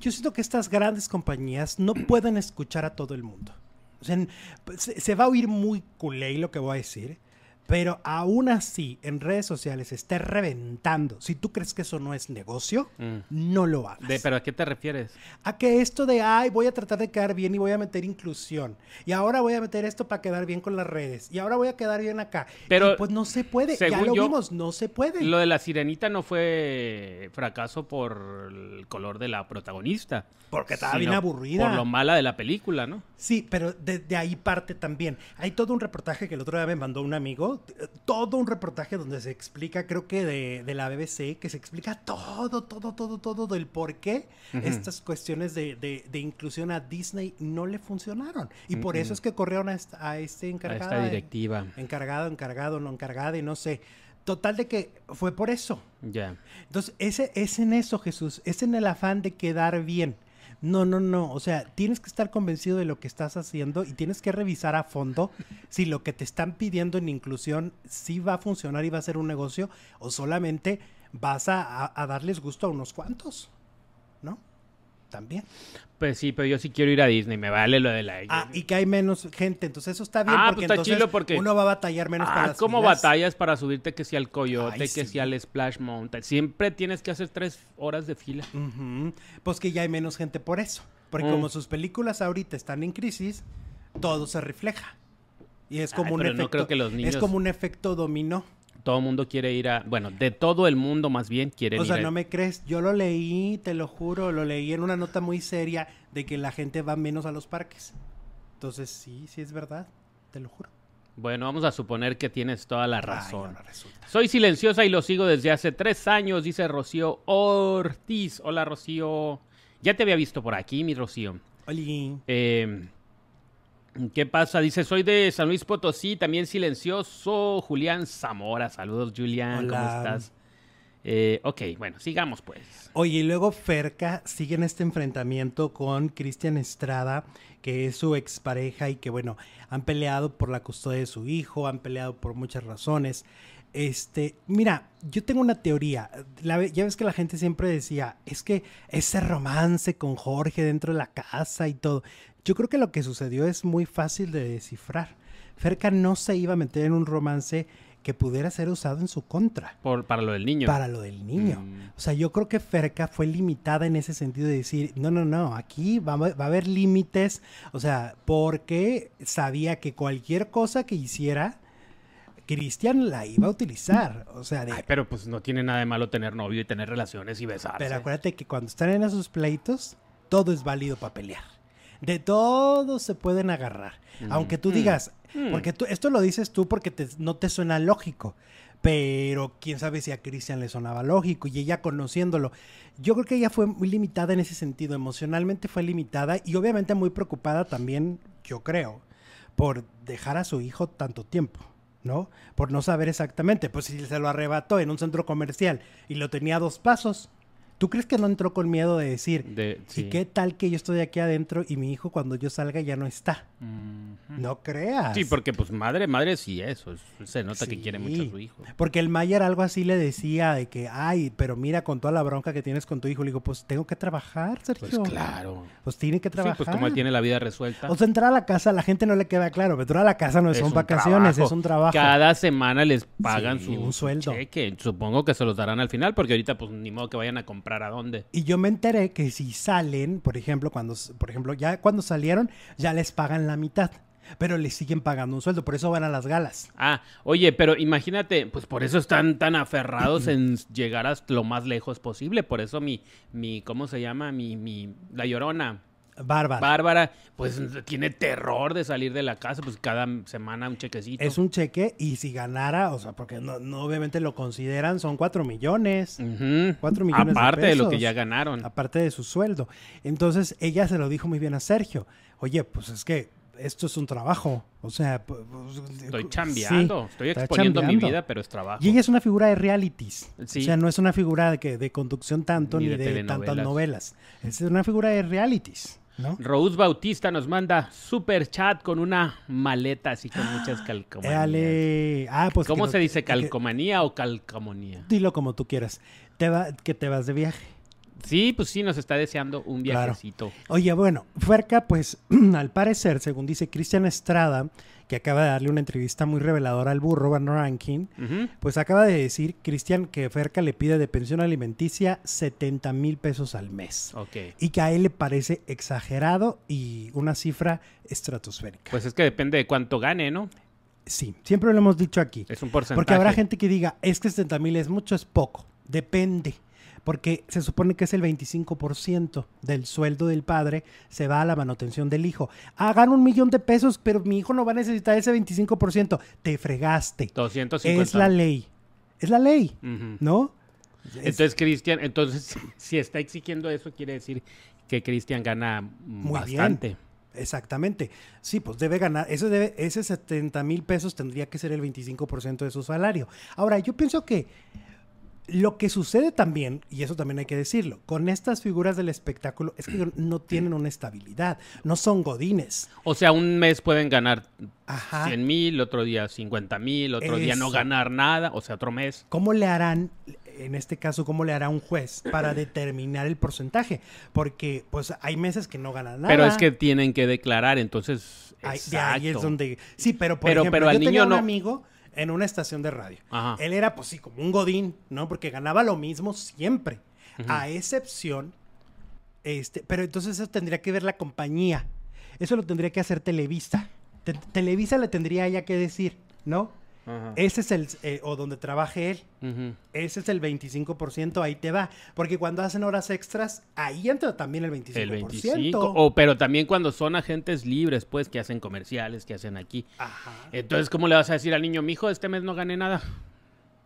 Speaker 1: yo siento que estas grandes compañías no pueden escuchar a todo el mundo. O sea, en- se, se va a oír muy culé lo que voy a decir, pero aún así, en redes sociales se está reventando. Si tú crees que eso no es negocio,
Speaker 2: Mm.
Speaker 1: no lo hagas
Speaker 2: De- ¿Pero a qué te refieres?
Speaker 1: a que esto de, ay, voy a tratar de quedar bien y voy a meter inclusión. Y ahora voy a meter esto para quedar bien con las redes. Y ahora voy a quedar bien acá.
Speaker 2: Pero,
Speaker 1: Y, pues no se puede. Ya
Speaker 2: según
Speaker 1: lo
Speaker 2: yo,
Speaker 1: vimos, no se puede.
Speaker 2: Lo de la sirenita no fue fracaso por el color de la protagonista.
Speaker 1: Porque estaba
Speaker 2: sino
Speaker 1: bien aburrida.
Speaker 2: Por lo mala de la película, ¿no?
Speaker 1: Sí, pero de, de ahí parte también. Hay todo un reportaje que el otro día me mandó un amigo, eh, todo un reportaje donde se explica, creo que de, de la BBC, que se explica todo, todo, todo, todo del por qué
Speaker 2: Ujú.
Speaker 1: estas cuestiones de, de- de inclusión a Disney no le funcionaron. Y por eso
Speaker 2: Ujú.
Speaker 1: es que corrieron a, esta- a este
Speaker 2: A
Speaker 1: encargado.
Speaker 2: esta directiva.
Speaker 1: encargado, encargado, no encargada y no sé. Total de que fue por eso.
Speaker 2: Ya.
Speaker 1: Entonces, ese, es en eso, Jesús, es en el afán de quedar bien. No, no, no. O sea, tienes que estar convencido de lo que estás haciendo y tienes que revisar a fondo si lo que te están pidiendo en inclusión sí va a funcionar y va a ser un negocio o solamente vas a, a- a darles gusto a unos cuantos. ¿No? También.
Speaker 2: Pues sí, pero yo sí quiero ir a Disney. Me vale lo de la.
Speaker 1: Ah, y que hay menos gente. Entonces, eso está bien
Speaker 2: Ah,
Speaker 1: porque
Speaker 2: pues está
Speaker 1: entonces
Speaker 2: chilo porque-
Speaker 1: uno va a batallar menos
Speaker 2: Ah,
Speaker 1: para las
Speaker 2: ¿cómo
Speaker 1: filas.
Speaker 2: batallas para subirte que sea al coyote,
Speaker 1: Ay,
Speaker 2: que
Speaker 1: sí.
Speaker 2: sea al Splash Mountain? Siempre tienes que hacer tres horas de fila.
Speaker 1: Ujú. Pues que ya hay menos gente por eso. Porque
Speaker 2: Mm.
Speaker 1: como sus películas ahorita están en crisis, todo se refleja. Y es como
Speaker 2: Ay,
Speaker 1: un
Speaker 2: pero no
Speaker 1: efecto.
Speaker 2: creo que los niños-
Speaker 1: Es como un efecto dominó.
Speaker 2: Todo el mundo quiere ir a. Bueno, de todo el mundo más bien quieren
Speaker 1: O sea,
Speaker 2: ir a.
Speaker 1: no me crees. Yo lo leí, te lo juro, lo leí en una nota muy seria de que la gente va menos a los parques. Entonces, sí, sí es verdad. Te lo juro.
Speaker 2: Bueno, vamos a suponer que tienes toda la razón.
Speaker 1: Ay, ahora resulta.
Speaker 2: Soy silenciosa y lo sigo desde hace tres años, dice Rocío Ortiz. Hola, Rocío. Ya te había visto por aquí, mi Rocío.
Speaker 1: Oli.
Speaker 2: Eh, ¿Qué pasa? Dice, soy de San Luis Potosí, también silencioso. Julián Zamora. Saludos, Julián. ¿Cómo
Speaker 1: Hola.
Speaker 2: estás? Eh, ok, bueno, sigamos pues.
Speaker 1: Oye, y luego Ferca sigue en este enfrentamiento con Cristian Estrada, que es su expareja y que, bueno, han peleado por la custodia de su hijo, han peleado por muchas razones. Este, mira, yo tengo una teoría. La ve- ya ves que la gente siempre decía, es que ese romance con Jorge dentro de la casa y todo. Yo creo que lo que sucedió es muy fácil de descifrar. Ferca no se iba a meter en un romance que pudiera ser usado en su contra
Speaker 2: Por, para lo del niño.
Speaker 1: para lo del niño.
Speaker 2: Mm.
Speaker 1: O sea, yo creo que Ferca fue limitada en ese sentido de decir, no, no, no, aquí va, a- va a haber límites, o sea, porque sabía que cualquier cosa que hiciera, Cristian la iba a utilizar. O sea, de-
Speaker 2: Ay, pero pues no tiene nada de malo tener novio y tener relaciones y
Speaker 1: pero
Speaker 2: besarse.
Speaker 1: acuérdate que cuando están en esos pleitos, todo es válido para pelear. De todo se pueden agarrar. Aunque tú
Speaker 2: Mm.
Speaker 1: digas,
Speaker 2: Mm.
Speaker 1: porque tú, esto lo dices tú porque te- no te suena lógico. Pero quién sabe si a Cristian le sonaba lógico y ella conociéndolo. Yo creo que ella fue muy limitada en ese sentido. Emocionalmente fue limitada y obviamente muy preocupada también, yo creo, por dejar a su hijo tanto tiempo, ¿no? Por no saber exactamente. Pues si se lo arrebató en un centro comercial y lo tenía a dos pasos, ¿Tú crees que no entró con miedo de decir,
Speaker 2: De-
Speaker 1: ¿y
Speaker 2: sí.
Speaker 1: qué tal que yo estoy aquí adentro y mi hijo cuando yo salga ya no está?
Speaker 2: Ujú.
Speaker 1: No creas.
Speaker 2: Mm. Sí, porque pues madre, madre sí eso. Se nota que quiere mucho a
Speaker 1: Sí.
Speaker 2: su hijo.
Speaker 1: Porque el Mayer algo así le decía de que, ay, pero mira con toda la bronca que tienes con tu hijo. Le digo, pues tengo que trabajar,
Speaker 2: Pues
Speaker 1: Sergio.
Speaker 2: claro.
Speaker 1: Pues tiene que
Speaker 2: Sí,
Speaker 1: trabajar.
Speaker 2: pues como él tiene la vida resuelta.
Speaker 1: O sea, entrar a la casa, a la gente no le queda claro, pero entrar a la casa no
Speaker 2: Es
Speaker 1: son
Speaker 2: un
Speaker 1: vacaciones,
Speaker 2: trabajo.
Speaker 1: es un trabajo.
Speaker 2: Cada semana les pagan
Speaker 1: Sí,
Speaker 2: su
Speaker 1: un
Speaker 2: su
Speaker 1: sueldo.
Speaker 2: cheque. Supongo que se los darán al final, porque ahorita pues ni modo que vayan a comprar a dónde.
Speaker 1: Y yo me enteré que si salen, por ejemplo, cuando, s- por ejemplo, ya cuando salieron, ya les pagan la mitad, pero les siguen pagando un sueldo, por eso van a las galas.
Speaker 2: Ah, oye, pero imagínate, pues por eso están tan aferrados en llegar hasta lo más lejos posible. Por eso mi, mi, ¿cómo se llama? Mi, mi, la llorona.
Speaker 1: Bárbara.
Speaker 2: Bárbara, pues tiene terror de salir de la casa, pues cada semana un chequecito.
Speaker 1: es un cheque y si ganara, o sea, porque no, no obviamente lo consideran, son cuatro millones.
Speaker 2: Ujú.
Speaker 1: cuatro millones de
Speaker 2: Aparte de, lo que
Speaker 1: pesos.
Speaker 2: ya ganaron.
Speaker 1: aparte de su sueldo. Entonces ella se lo dijo muy bien a Sergio. Oye, pues es que esto es un trabajo. O sea, p- p-
Speaker 2: Estoy
Speaker 1: eh, sí,
Speaker 2: chambeando, estoy
Speaker 1: está
Speaker 2: exponiendo mi
Speaker 1: chambeando.
Speaker 2: vida, pero es trabajo.
Speaker 1: Y ella es una figura de realities.
Speaker 2: Sí.
Speaker 1: O sea, no es una figura de, que, de conducción tanto
Speaker 2: Ni
Speaker 1: ni,
Speaker 2: de
Speaker 1: de, tantas
Speaker 2: telenovelas.
Speaker 1: novelas. Es una figura de realities, ¿no?
Speaker 2: Rose Bautista nos manda super chat con una maleta así con muchas calcomanías.
Speaker 1: Dale. Ah, pues que
Speaker 2: ¿Cómo
Speaker 1: no-
Speaker 2: se dice?
Speaker 1: que-
Speaker 2: ¿Calcomanía o calcomanía?
Speaker 1: Dilo como tú quieras. Te va, que te vas de viaje.
Speaker 2: Sí, pues sí, nos está deseando un
Speaker 1: Claro.
Speaker 2: viajecito.
Speaker 1: Oye, bueno, Fuerca, pues al parecer, según dice Cristian Estrada, que acaba de darle una entrevista muy reveladora al burro Van Rankin,
Speaker 2: Ujú.
Speaker 1: Pues acaba de decir Cristian que Ferca le pide de pensión alimenticia 70 mil pesos al mes.
Speaker 2: Ok.
Speaker 1: Y que a él le parece exagerado y una cifra estratosférica.
Speaker 2: Pues es que depende de cuánto gane, ¿no?
Speaker 1: Sí, siempre lo hemos dicho aquí.
Speaker 2: Es un porcentaje.
Speaker 1: Porque habrá gente que diga, es que 70 mil es mucho, es poco. Depende. Porque se supone que es el 25% del sueldo del padre se va a la manutención del hijo. Hagan un millón de pesos, pero mi hijo no va a necesitar ese 25%. Te fregaste.
Speaker 2: 250.
Speaker 1: Es la ley. Es la ley.
Speaker 2: Ujú.
Speaker 1: ¿No?
Speaker 2: Entonces, Cristian, entonces, si está exigiendo eso, quiere decir que Cristian gana mm,
Speaker 1: Muy bien.
Speaker 2: bastante.
Speaker 1: Exactamente. Sí, pues debe ganar. Eso debe, ese 70 mil pesos tendría que ser el 25% de su salario. Ahora, yo pienso que lo que sucede también, y eso también hay que decirlo, con estas figuras del espectáculo es que no tienen una estabilidad. No son godines.
Speaker 2: O sea, un mes pueden ganar
Speaker 1: Ajá.
Speaker 2: 100 mil, otro día 50 mil, otro día no
Speaker 1: Eso.
Speaker 2: ganar nada, o sea, otro mes.
Speaker 1: ¿Cómo le harán, en este caso, cómo le hará un juez para determinar el porcentaje? Porque, pues, hay meses que no ganan nada.
Speaker 2: Pero es que tienen que declarar, entonces.
Speaker 1: Ahí- de ahí es
Speaker 2: exacto.
Speaker 1: donde. Sí, pero por
Speaker 2: Pero-
Speaker 1: ejemplo,
Speaker 2: pero al
Speaker 1: yo tenía
Speaker 2: niño
Speaker 1: un
Speaker 2: no.
Speaker 1: amigo en una estación de radio.
Speaker 2: Ajá.
Speaker 1: Él era, pues sí, como un godín, ¿no? Porque ganaba lo mismo siempre. A excepción. Este, pero entonces eso tendría que ver la compañía. Eso lo tendría que hacer Televisa. Te- Televisa le tendría ella que decir, ¿no?
Speaker 2: Ajá.
Speaker 1: Ese es el. eh, o donde trabaje él.
Speaker 2: Ujú.
Speaker 1: Ese es el 25%, ahí te va. Porque cuando hacen horas extras, ahí entra también el 25%.
Speaker 2: El 25. O, pero también cuando son agentes libres, pues, que hacen comerciales, que hacen aquí.
Speaker 1: Ajá.
Speaker 2: Entonces, ¿cómo le vas a decir al niño, mijo, este mes no gané nada?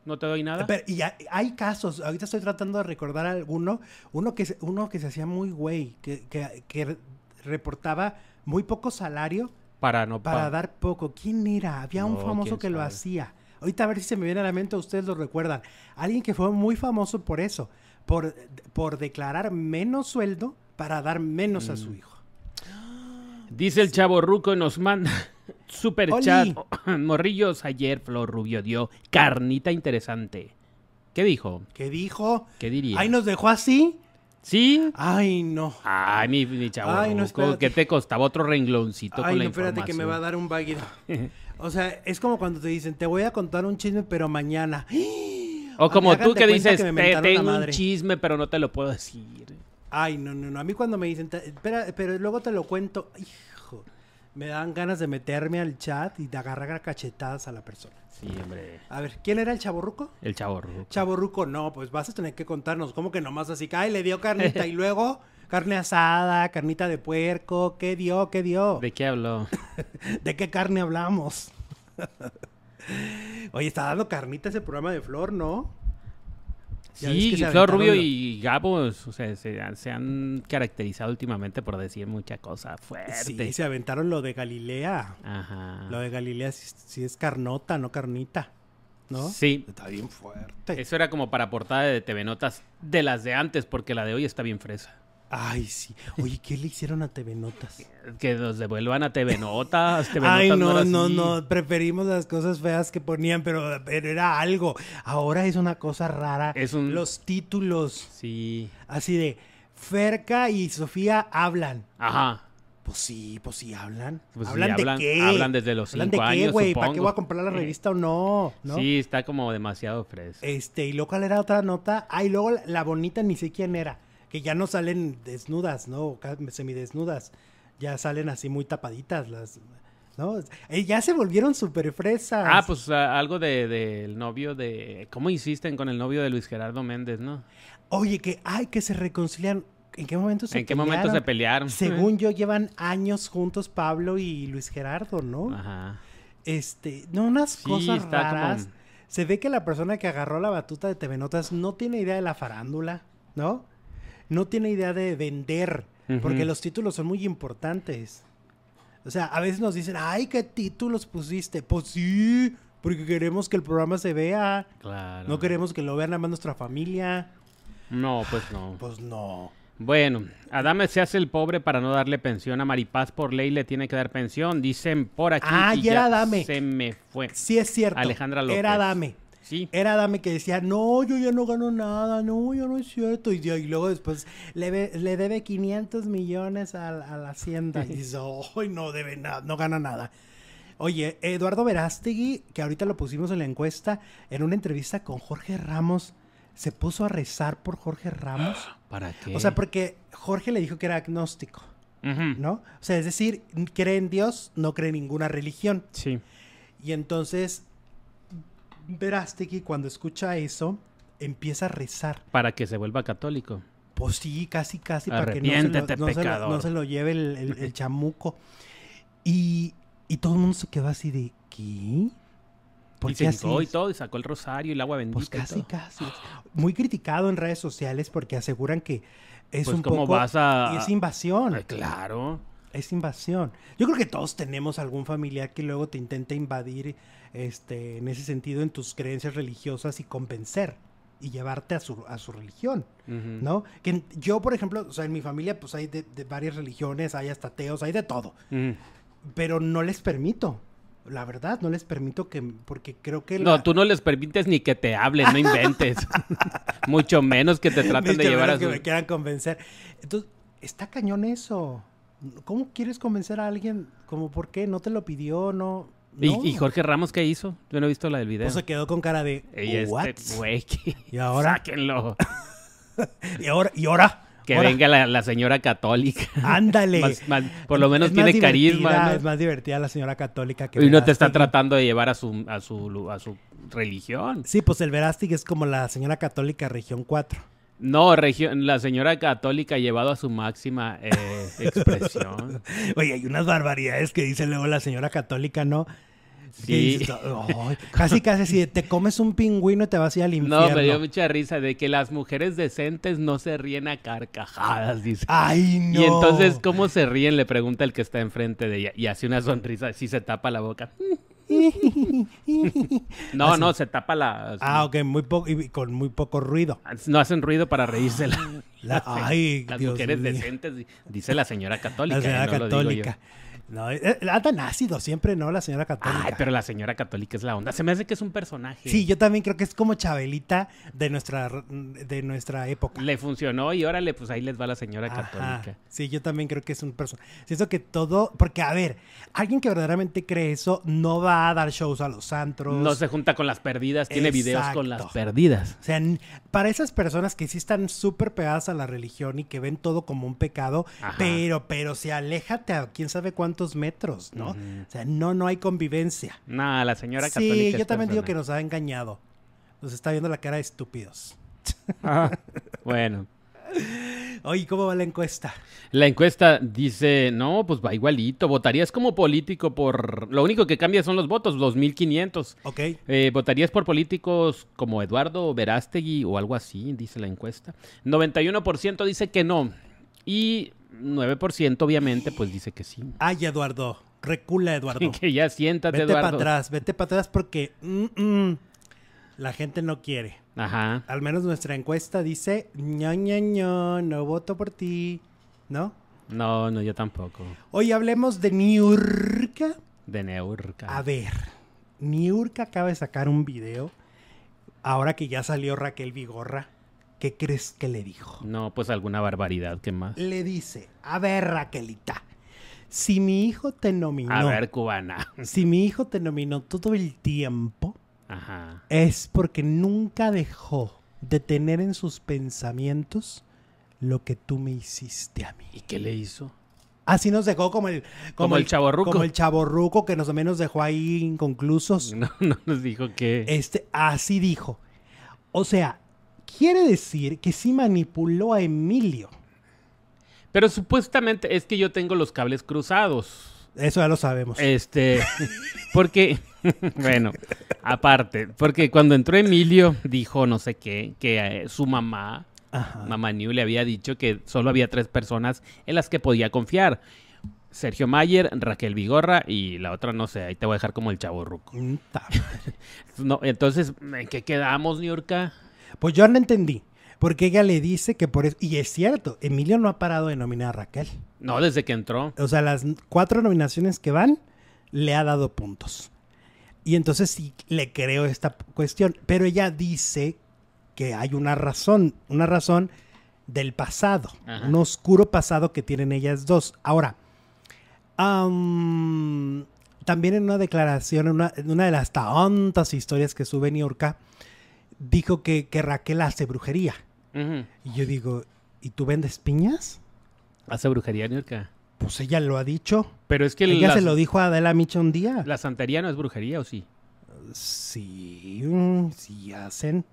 Speaker 2: ¿No te doy nada?
Speaker 1: Pero, y ha- hay casos, ahorita estoy tratando de recordar alguno, uno que, se- uno que se hacía muy güey, que, que- que re- reportaba muy poco salario
Speaker 2: Para no
Speaker 1: para
Speaker 2: pa-
Speaker 1: dar poco. ¿Quién era? Había un
Speaker 2: No,
Speaker 1: famoso
Speaker 2: quién
Speaker 1: que lo
Speaker 2: sabe.
Speaker 1: hacía. Ahorita a ver si se me viene a la mente, ustedes lo recuerdan. Alguien que fue muy famoso por eso, por, por declarar menos sueldo para dar menos a
Speaker 2: Mm.
Speaker 1: su hijo.
Speaker 2: Dice el chavo Ruco y nos manda super
Speaker 1: Oli.
Speaker 2: chat. Morrillos, ayer Flor Rubio dio carnita interesante. ¿Qué dijo?
Speaker 1: ¿Qué dijo?
Speaker 2: ¿Qué diría?
Speaker 1: Ay, nos dejó así.
Speaker 2: ¿Sí?
Speaker 1: Ay, no.
Speaker 2: Ay, mi, mi chavo
Speaker 1: Ay, no,
Speaker 2: Ruco, ¿qué
Speaker 1: espérate.
Speaker 2: te costaba otro rengloncito
Speaker 1: Ay,
Speaker 2: con
Speaker 1: no,
Speaker 2: la
Speaker 1: espérate que me va a
Speaker 2: información?
Speaker 1: dar un baguido. O sea, es como cuando te dicen, te voy a contar un chisme, pero mañana.
Speaker 2: O como
Speaker 1: Háganse
Speaker 2: tú que
Speaker 1: cuenta
Speaker 2: dices,
Speaker 1: me
Speaker 2: te
Speaker 1: mentaron la
Speaker 2: tengo un
Speaker 1: madre".
Speaker 2: chisme, pero no te lo puedo decir.
Speaker 1: Ay, no, no, no. A mí cuando me dicen, "Te- espera, pero luego te lo cuento, hijo, me dan ganas de meterme al chat y de agarrar a cachetadas a la persona.
Speaker 2: Sí, hombre.
Speaker 1: A ver, ¿quién era el chaborruco?
Speaker 2: El chavo Ruco.
Speaker 1: Chaborruco, no, pues vas a tener que contarnos. ¿Cómo que nomás así? que, Ay, le dio carnita y luego carne asada, carnita de puerco. ¿Qué dio? ¿Qué dio?
Speaker 2: ¿De qué habló?
Speaker 1: ¿De qué carne hablamos? Oye, está dando carnita ese programa de Flor, ¿no? Ya ves
Speaker 2: Sí,
Speaker 1: que se
Speaker 2: Flor
Speaker 1: aventaron
Speaker 2: Rubio
Speaker 1: lo-
Speaker 2: y Gabo o sea, se, han- se han caracterizado últimamente por decir mucha cosa fuerte.
Speaker 1: Sí, se
Speaker 2: Ah.
Speaker 1: aventaron lo de Galilea.
Speaker 2: Ajá.
Speaker 1: Lo de Galilea sí, sí es carnota, no carnita. ¿no?
Speaker 2: Sí.
Speaker 1: Está bien fuerte.
Speaker 2: Eso era como para portada de TV Notas de las de antes, porque la de hoy está bien fresa.
Speaker 1: Ay, sí. Oye, ¿qué le hicieron a TV Notas?
Speaker 2: Que nos devuelvan a TV Notas. TV
Speaker 1: Ay,
Speaker 2: Notas
Speaker 1: no,
Speaker 2: era
Speaker 1: no,
Speaker 2: así.
Speaker 1: no. Preferimos las cosas feas que ponían, pero, pero era algo. Ahora es una cosa rara.
Speaker 2: Es un-
Speaker 1: Los títulos
Speaker 2: Sí.
Speaker 1: así de Ferca y Sofía hablan.
Speaker 2: Ajá.
Speaker 1: Pues sí, pues sí, hablan.
Speaker 2: Pues sí,
Speaker 1: ¿Hablan de
Speaker 2: hablan-
Speaker 1: qué?
Speaker 2: hablan desde los
Speaker 1: ¿Hablan
Speaker 2: cinco
Speaker 1: de qué,
Speaker 2: años,
Speaker 1: güey? ¿Para qué
Speaker 2: supongo.
Speaker 1: voy a comprar la revista o no? ¿No?
Speaker 2: Sí, está como demasiado fresa.
Speaker 1: Este, y luego cuál era otra nota. Ah, y luego la, la bonita ni sé quién era. Que ya no salen desnudas, ¿no? O ca- Semidesnudas. Ya salen así muy tapaditas las. ¿No? Eh, ya se volvieron súper fresas.
Speaker 2: Ah, pues a- algo de- del novio de... ¿Cómo insisten con el novio de Luis Gerardo Méndez, no?
Speaker 1: Oye, que ay, que se reconcilian. ¿En qué momento se
Speaker 2: ¿En qué momento se
Speaker 1: pelearon?
Speaker 2: pelearon?
Speaker 1: Según yo, llevan años juntos Pablo y Luis Gerardo, ¿no?
Speaker 2: Ajá.
Speaker 1: Este, no, unas
Speaker 2: Sí,
Speaker 1: cosas
Speaker 2: está como-
Speaker 1: raras. Se ve que la persona que agarró la batuta de TV Notas no tiene idea de la farándula, ¿no? No tiene idea de vender, porque
Speaker 2: Ujú.
Speaker 1: los títulos son muy importantes. O sea, a veces nos dicen, ay, ¿qué títulos pusiste? Pues sí, porque queremos que el programa se vea.
Speaker 2: Claro.
Speaker 1: No queremos que lo vean nada más nuestra familia.
Speaker 2: No, pues no.
Speaker 1: Pues no.
Speaker 2: Bueno, Adame se hace el pobre para no darle pensión a Maripaz. Por ley le tiene que dar pensión. Dicen por aquí.
Speaker 1: Ah,
Speaker 2: y
Speaker 1: ya era Adame.
Speaker 2: Se me fue.
Speaker 1: Sí es cierto.
Speaker 2: Alejandra López.
Speaker 1: Era Dame.
Speaker 2: Sí.
Speaker 1: Era Dame que decía, no, yo ya no gano nada, no, yo no es cierto. Y, yo- y luego después le, ve- le debe 500 millones a, la- a la hacienda. Y dice, hoy no debe nada, no gana nada. Oye, Eduardo Verástegui, que ahorita lo pusimos en la encuesta, en una entrevista con Jorge Ramos, se puso a rezar por Jorge Ramos.
Speaker 2: ¿Para qué?
Speaker 1: O sea, porque Jorge le dijo que era agnóstico,
Speaker 2: Ujú.
Speaker 1: ¿no? O sea, es decir, cree en Dios, no cree en ninguna religión.
Speaker 2: Sí.
Speaker 1: Y entonces, Verástegui, cuando escucha eso, empieza a rezar.
Speaker 2: Para que se vuelva católico.
Speaker 1: Pues sí, casi, casi, para que no se lo,
Speaker 2: Arrepiéntete,
Speaker 1: no se lo-
Speaker 2: pecador.
Speaker 1: no se lo lleve el, el- el chamuco. Y, y todo el mundo se quedó así de, ¿qué? ¿Por
Speaker 2: y
Speaker 1: qué
Speaker 2: se
Speaker 1: así?
Speaker 2: hincó y
Speaker 1: es?
Speaker 2: todo, y sacó el rosario y el agua bendita.
Speaker 1: Pues casi,
Speaker 2: y todo.
Speaker 1: casi. Muy criticado en redes sociales porque aseguran que es
Speaker 2: Pues,
Speaker 1: un
Speaker 2: ¿cómo
Speaker 1: poco...
Speaker 2: vas a-
Speaker 1: Es invasión.
Speaker 2: Ay, Ah, claro.
Speaker 1: Es invasión. Yo creo que todos tenemos algún familiar que luego te intenta invadir este, en ese sentido en tus creencias religiosas y convencer y llevarte a su, a su religión,
Speaker 2: Ujú.
Speaker 1: ¿no? Que en- yo, por ejemplo, o sea, en mi familia pues hay de, de varias religiones, hay hasta ateos, hay de todo,
Speaker 2: Ujú.
Speaker 1: pero no les permito, la verdad, no les permito que, porque creo que...
Speaker 2: No,
Speaker 1: la-
Speaker 2: tú no les permites ni que te hablen, no inventes. Mucho menos que te traten de
Speaker 1: Mucho
Speaker 2: llevar a
Speaker 1: menos que
Speaker 2: su...
Speaker 1: me quieran convencer. Entonces, está cañón eso. ¿Cómo quieres convencer a alguien? Como, ¿por qué? ¿No te lo pidió? ¿No?
Speaker 2: ¿Y,
Speaker 1: no.
Speaker 2: y Jorge Ramos qué hizo? Yo no he visto la del video.
Speaker 1: O se quedó con cara de "Oh,
Speaker 2: Ey, este
Speaker 1: "What?".
Speaker 2: güey, que-
Speaker 1: Y ahora,
Speaker 2: Sáquenlo.
Speaker 1: y ahora, y ahora,
Speaker 2: Que
Speaker 1: ahora,
Speaker 2: venga la, la señora católica.
Speaker 1: ándale.
Speaker 2: Más- más- por lo menos
Speaker 1: Es más
Speaker 2: tiene carisma.
Speaker 1: divertida,
Speaker 2: ¿no?
Speaker 1: Es más divertida la señora católica que
Speaker 2: Y no te está
Speaker 1: Verástegui.
Speaker 2: tratando de llevar a su, a su, lu- a su religión.
Speaker 1: Sí, pues el Verástig es como la señora católica región 4.
Speaker 2: No, regio- la señora católica ha llevado a su máxima eh, expresión.
Speaker 1: Oye, hay unas barbaridades que dice luego la señora católica, ¿no? Que
Speaker 2: Sí.
Speaker 1: dices, "Ay, casi, casi, si te comes un pingüino y te vas a ir al infierno.
Speaker 2: No, me dio mucha risa de que las mujeres decentes no se ríen a carcajadas, dice.
Speaker 1: Ay, no.
Speaker 2: Y entonces, ¿cómo se ríen? Le pregunta el que está enfrente de ella. Y hace una sonrisa, así se tapa la boca. No,
Speaker 1: Así.
Speaker 2: no, se tapa la...
Speaker 1: Ah, ok, muy poco, y con muy poco ruido.
Speaker 2: No hacen ruido para reírse. la-
Speaker 1: La- ay,
Speaker 2: las
Speaker 1: Dios
Speaker 2: mujeres
Speaker 1: mío.
Speaker 2: decentes, di- dice la señora católica.
Speaker 1: La señora
Speaker 2: eh, no lo digo yo.
Speaker 1: católica. No, eh, eh, andan ácido siempre, ¿no? La señora católica.
Speaker 2: Ay, pero la señora católica es la onda. Se me hace que es un personaje.
Speaker 1: Sí, yo también creo que es como Chabelita de nuestra, de nuestra época.
Speaker 2: Le funcionó y órale, pues ahí les va la señora
Speaker 1: Ajá.
Speaker 2: católica.
Speaker 1: Sí, yo también creo que es un personaje. Siento que todo, porque a ver, alguien que verdaderamente cree eso no va a dar shows a los antros.
Speaker 2: No se junta con las perdidas, tiene videos con las
Speaker 1: Exacto.
Speaker 2: perdidas.
Speaker 1: O sea, n- para esas personas que sí están súper pegadas a la religión y que ven todo como un pecado,
Speaker 2: Ajá.
Speaker 1: pero, pero se aléjate a quién sabe cuántos metros, ¿no?
Speaker 2: Ujú.
Speaker 1: O sea, no, no hay convivencia.
Speaker 2: No, la señora
Speaker 1: sí,
Speaker 2: católica.
Speaker 1: yo también digo que nos ha engañado. Nos está viendo la cara de estúpidos.
Speaker 2: no. Bueno,
Speaker 1: Oye, ¿cómo va la encuesta?
Speaker 2: la encuesta dice, no, pues va igualito. Votarías como político por... Lo único que cambia son los votos, 2.500.
Speaker 1: ¿Ok?
Speaker 2: Eh, ¿Votarías por políticos como Eduardo Verástegui o algo así? Dice la encuesta. 91% dice que no. Y 9% obviamente pues dice que sí.
Speaker 1: Ay, Eduardo. Recula, Eduardo.
Speaker 2: Que ya siéntate,
Speaker 1: Vete para
Speaker 2: Eduardo.
Speaker 1: atrás, vete para atrás porque... mm, mm, la gente no quiere.
Speaker 2: Ajá.
Speaker 1: Al menos nuestra encuesta dice, ño, ño, ño, no voto por ti, ¿no?
Speaker 2: No, no, yo tampoco.
Speaker 1: Hoy hablemos de Niurka.
Speaker 2: De Neurka.
Speaker 1: A ver, Niurka acaba de sacar un video, ahora que ya salió Raquel Vigorra, ¿qué crees que le dijo?
Speaker 2: No, pues alguna barbaridad, ¿qué más?
Speaker 1: Le dice, a ver Raquelita, si mi hijo te nominó,
Speaker 2: A ver, cubana.
Speaker 1: si mi hijo te nominó todo el tiempo,
Speaker 2: Ajá.
Speaker 1: es porque nunca dejó de tener en sus pensamientos lo que tú me hiciste a mí.
Speaker 2: ¿Y qué le hizo?
Speaker 1: Así nos dejó como el...
Speaker 2: Como el chavorruco.
Speaker 1: Como el chaborruco que nos o menos dejó ahí inconclusos.
Speaker 2: No, no nos dijo que...
Speaker 1: Este, así dijo. O sea, quiere decir que sí manipuló a Emilio.
Speaker 2: Pero supuestamente es que yo tengo los cables cruzados.
Speaker 1: Eso ya lo sabemos.
Speaker 2: Este, porque, bueno, aparte, porque cuando entró Emilio dijo no sé qué, que eh, su mamá,
Speaker 1: Ajá.
Speaker 2: mamá New, le había dicho que solo había tres personas en las que podía confiar. Sergio Mayer, Raquel Vigorra y la otra no sé, ahí te voy a dejar como el chavo ruco.
Speaker 1: Mm, ta.
Speaker 2: No, entonces, ¿en qué quedamos, Niurka?
Speaker 1: Pues yo no entendí. Porque ella le dice que por eso... Y es cierto, Emilio no ha parado de nominar a Raquel.
Speaker 2: No, desde que entró.
Speaker 1: O sea, las cuatro nominaciones que van, le ha dado puntos. Y entonces sí le creo esta p- cuestión. Pero ella dice que hay una razón, una razón del pasado,
Speaker 2: Ajá.
Speaker 1: un oscuro pasado que tienen ellas dos. Ahora, am, también en una declaración, en una, en una de las tantas historias que sube Niurka, dijo que, que Raquel hace brujería.
Speaker 2: Ujú.
Speaker 1: Y yo digo, ¿y tú vendes piñas?
Speaker 2: Hace brujería, Niurka.
Speaker 1: Pues ella lo ha dicho.
Speaker 2: Pero es que
Speaker 1: Ella
Speaker 2: la,
Speaker 1: se lo dijo a Adela Micha un día.
Speaker 2: la santería no es brujería, ¿o sí?
Speaker 1: Sí, mm, sí hacen.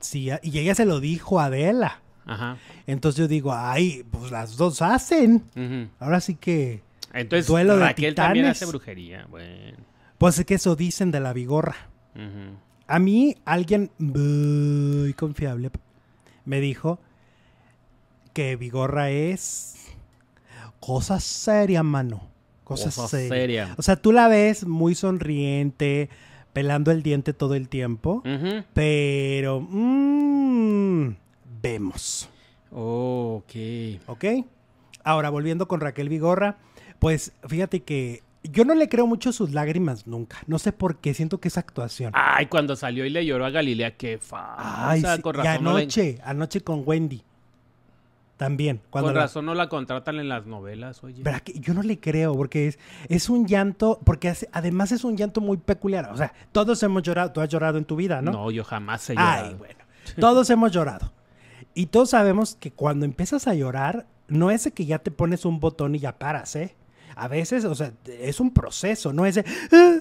Speaker 1: Sí, ha- y ella se lo dijo a Adela.
Speaker 2: Ajá.
Speaker 1: Entonces yo digo, ay, pues las dos hacen.
Speaker 2: Ujú.
Speaker 1: Ahora sí que,
Speaker 2: Entonces,
Speaker 1: Duelo de
Speaker 2: Raquel también
Speaker 1: titanes.
Speaker 2: hace brujería. Bueno.
Speaker 1: pues es que eso dicen de la vigorra.
Speaker 2: Ujú.
Speaker 1: A mí alguien muy confiable me dijo que vigorra es cosa seria, mano. Cosa,
Speaker 2: Cosa
Speaker 1: seria.
Speaker 2: seria.
Speaker 1: O sea, tú la ves muy sonriente, pelando el diente todo el tiempo.
Speaker 2: Ujú.
Speaker 1: Pero mm, vemos,
Speaker 2: Oh, ok.
Speaker 1: ¿ok? Ahora, volviendo con Raquel Vigorra, pues fíjate que yo no le creo mucho sus lágrimas nunca. No sé por qué, siento que es actuación.
Speaker 2: Ay, cuando salió y le lloró a Galilea, qué falsa.
Speaker 1: Ay, sí,
Speaker 2: Ah, con
Speaker 1: y
Speaker 2: razón, no la,
Speaker 1: anoche, anoche con Wendy. También. Cuando
Speaker 2: con
Speaker 1: la-
Speaker 2: razón no la contratan en las novelas, oye.
Speaker 1: ¿Verdad que yo no le creo porque es, es un llanto, porque hace- además es un llanto muy peculiar. O sea, todos hemos llorado, tú has llorado en tu vida,
Speaker 2: ¿no?
Speaker 1: ¿no?
Speaker 2: yo jamás he llorado.
Speaker 1: Ay, bueno. Todos hemos llorado. Y todos sabemos que cuando empiezas a llorar, no es de que ya te pones un botón y ya paras, ¿eh? A veces, o sea, es un proceso, no es de... "Ah",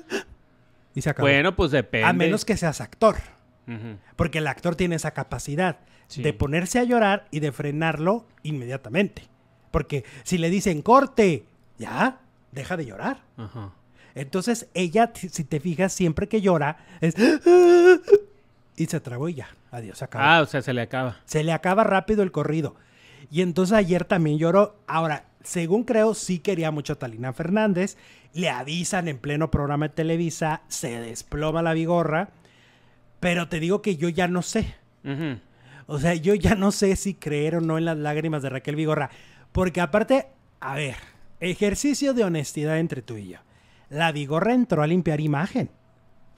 Speaker 1: Y se acabó.
Speaker 2: Bueno, pues depende.
Speaker 1: a menos que seas actor,
Speaker 2: Ujú.
Speaker 1: porque el actor tiene esa capacidad
Speaker 2: Sí.
Speaker 1: de ponerse a llorar y de frenarlo inmediatamente. Porque si le dicen corte, ya, deja de llorar.
Speaker 2: Ajá.
Speaker 1: Entonces ella, t- si te fijas, siempre que llora, es... "Ah", Y se trabó y ya. Adiós, se acabó.
Speaker 2: Ah, o sea, se le acaba.
Speaker 1: Se le acaba rápido el corrido. Y entonces ayer también lloró. Ahora, según creo, sí quería mucho a Talina Fernández. Le avisan en pleno programa de Televisa, se desploma la vigorra. Pero te digo que yo ya no sé.
Speaker 2: Ujú.
Speaker 1: O sea, yo ya no sé si creer o no en las lágrimas de Raquel Vigorra. Porque aparte, a ver, ejercicio de honestidad entre tú y yo. La Vigorra entró a limpiar imagen.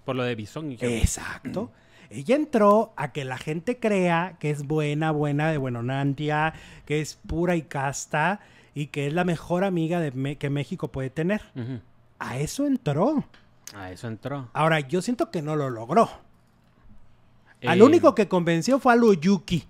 Speaker 2: Por lo de Bison. y que-
Speaker 1: Exacto. Ella entró a que la gente crea que es buena, buena de Buenonantia, que es pura y casta y que es la mejor amiga de Me- que México puede tener.
Speaker 2: Ujú.
Speaker 1: A eso entró.
Speaker 2: A eso entró.
Speaker 1: Ahora, yo siento que no lo logró. Al
Speaker 2: Eh,
Speaker 1: único que convenció fue al Oyuki.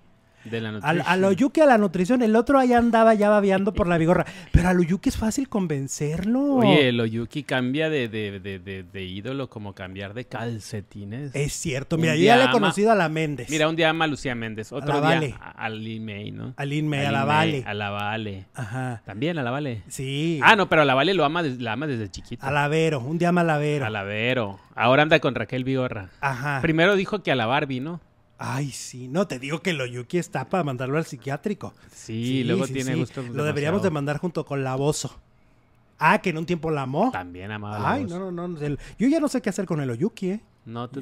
Speaker 2: De la
Speaker 1: Al,
Speaker 2: nutrición.
Speaker 1: al Oyuki, a la nutrición. El otro allá andaba ya babeando por la vigorra. Pero al Oyuki es fácil convencerlo.
Speaker 2: Oye, el Oyuki cambia de, de, de, de, de ídolo como cambiar de calcetines.
Speaker 1: es cierto.
Speaker 2: un
Speaker 1: Mira, yo
Speaker 2: día
Speaker 1: ya le he
Speaker 2: ama-
Speaker 1: conocido a la Méndez.
Speaker 2: Mira, un día ama a Lucía Méndez, otro
Speaker 1: la
Speaker 2: día
Speaker 1: Vale.
Speaker 2: a, a Limey, ¿no?
Speaker 1: al Inme,
Speaker 2: A
Speaker 1: a la
Speaker 2: Limey,
Speaker 1: Vale.
Speaker 2: A la Vale.
Speaker 1: Ajá.
Speaker 2: También a la Vale.
Speaker 1: Sí.
Speaker 2: Ah, no, pero a la Vale lo ama des- la ama desde chiquita.
Speaker 1: Alavero, Ah. un día malavero.
Speaker 2: Alavero. Ahora anda con Raquel Vigorra.
Speaker 1: Ajá.
Speaker 2: Primero dijo que a la Barbie, ¿no?
Speaker 1: Ay, sí. No, te digo que lo Yuki está para mandarlo al psiquiátrico.
Speaker 2: Sí, luego tiene
Speaker 1: sí.
Speaker 2: gustos
Speaker 1: Lo deberíamos
Speaker 2: demasiado-
Speaker 1: de mandar junto con la Bozo. Ah, que en un tiempo la amó.
Speaker 2: También amaba la
Speaker 1: Ay,
Speaker 2: voz.
Speaker 1: no, no, no. el- yo ya no sé qué hacer con el Oyuki, ¿eh?
Speaker 2: No te-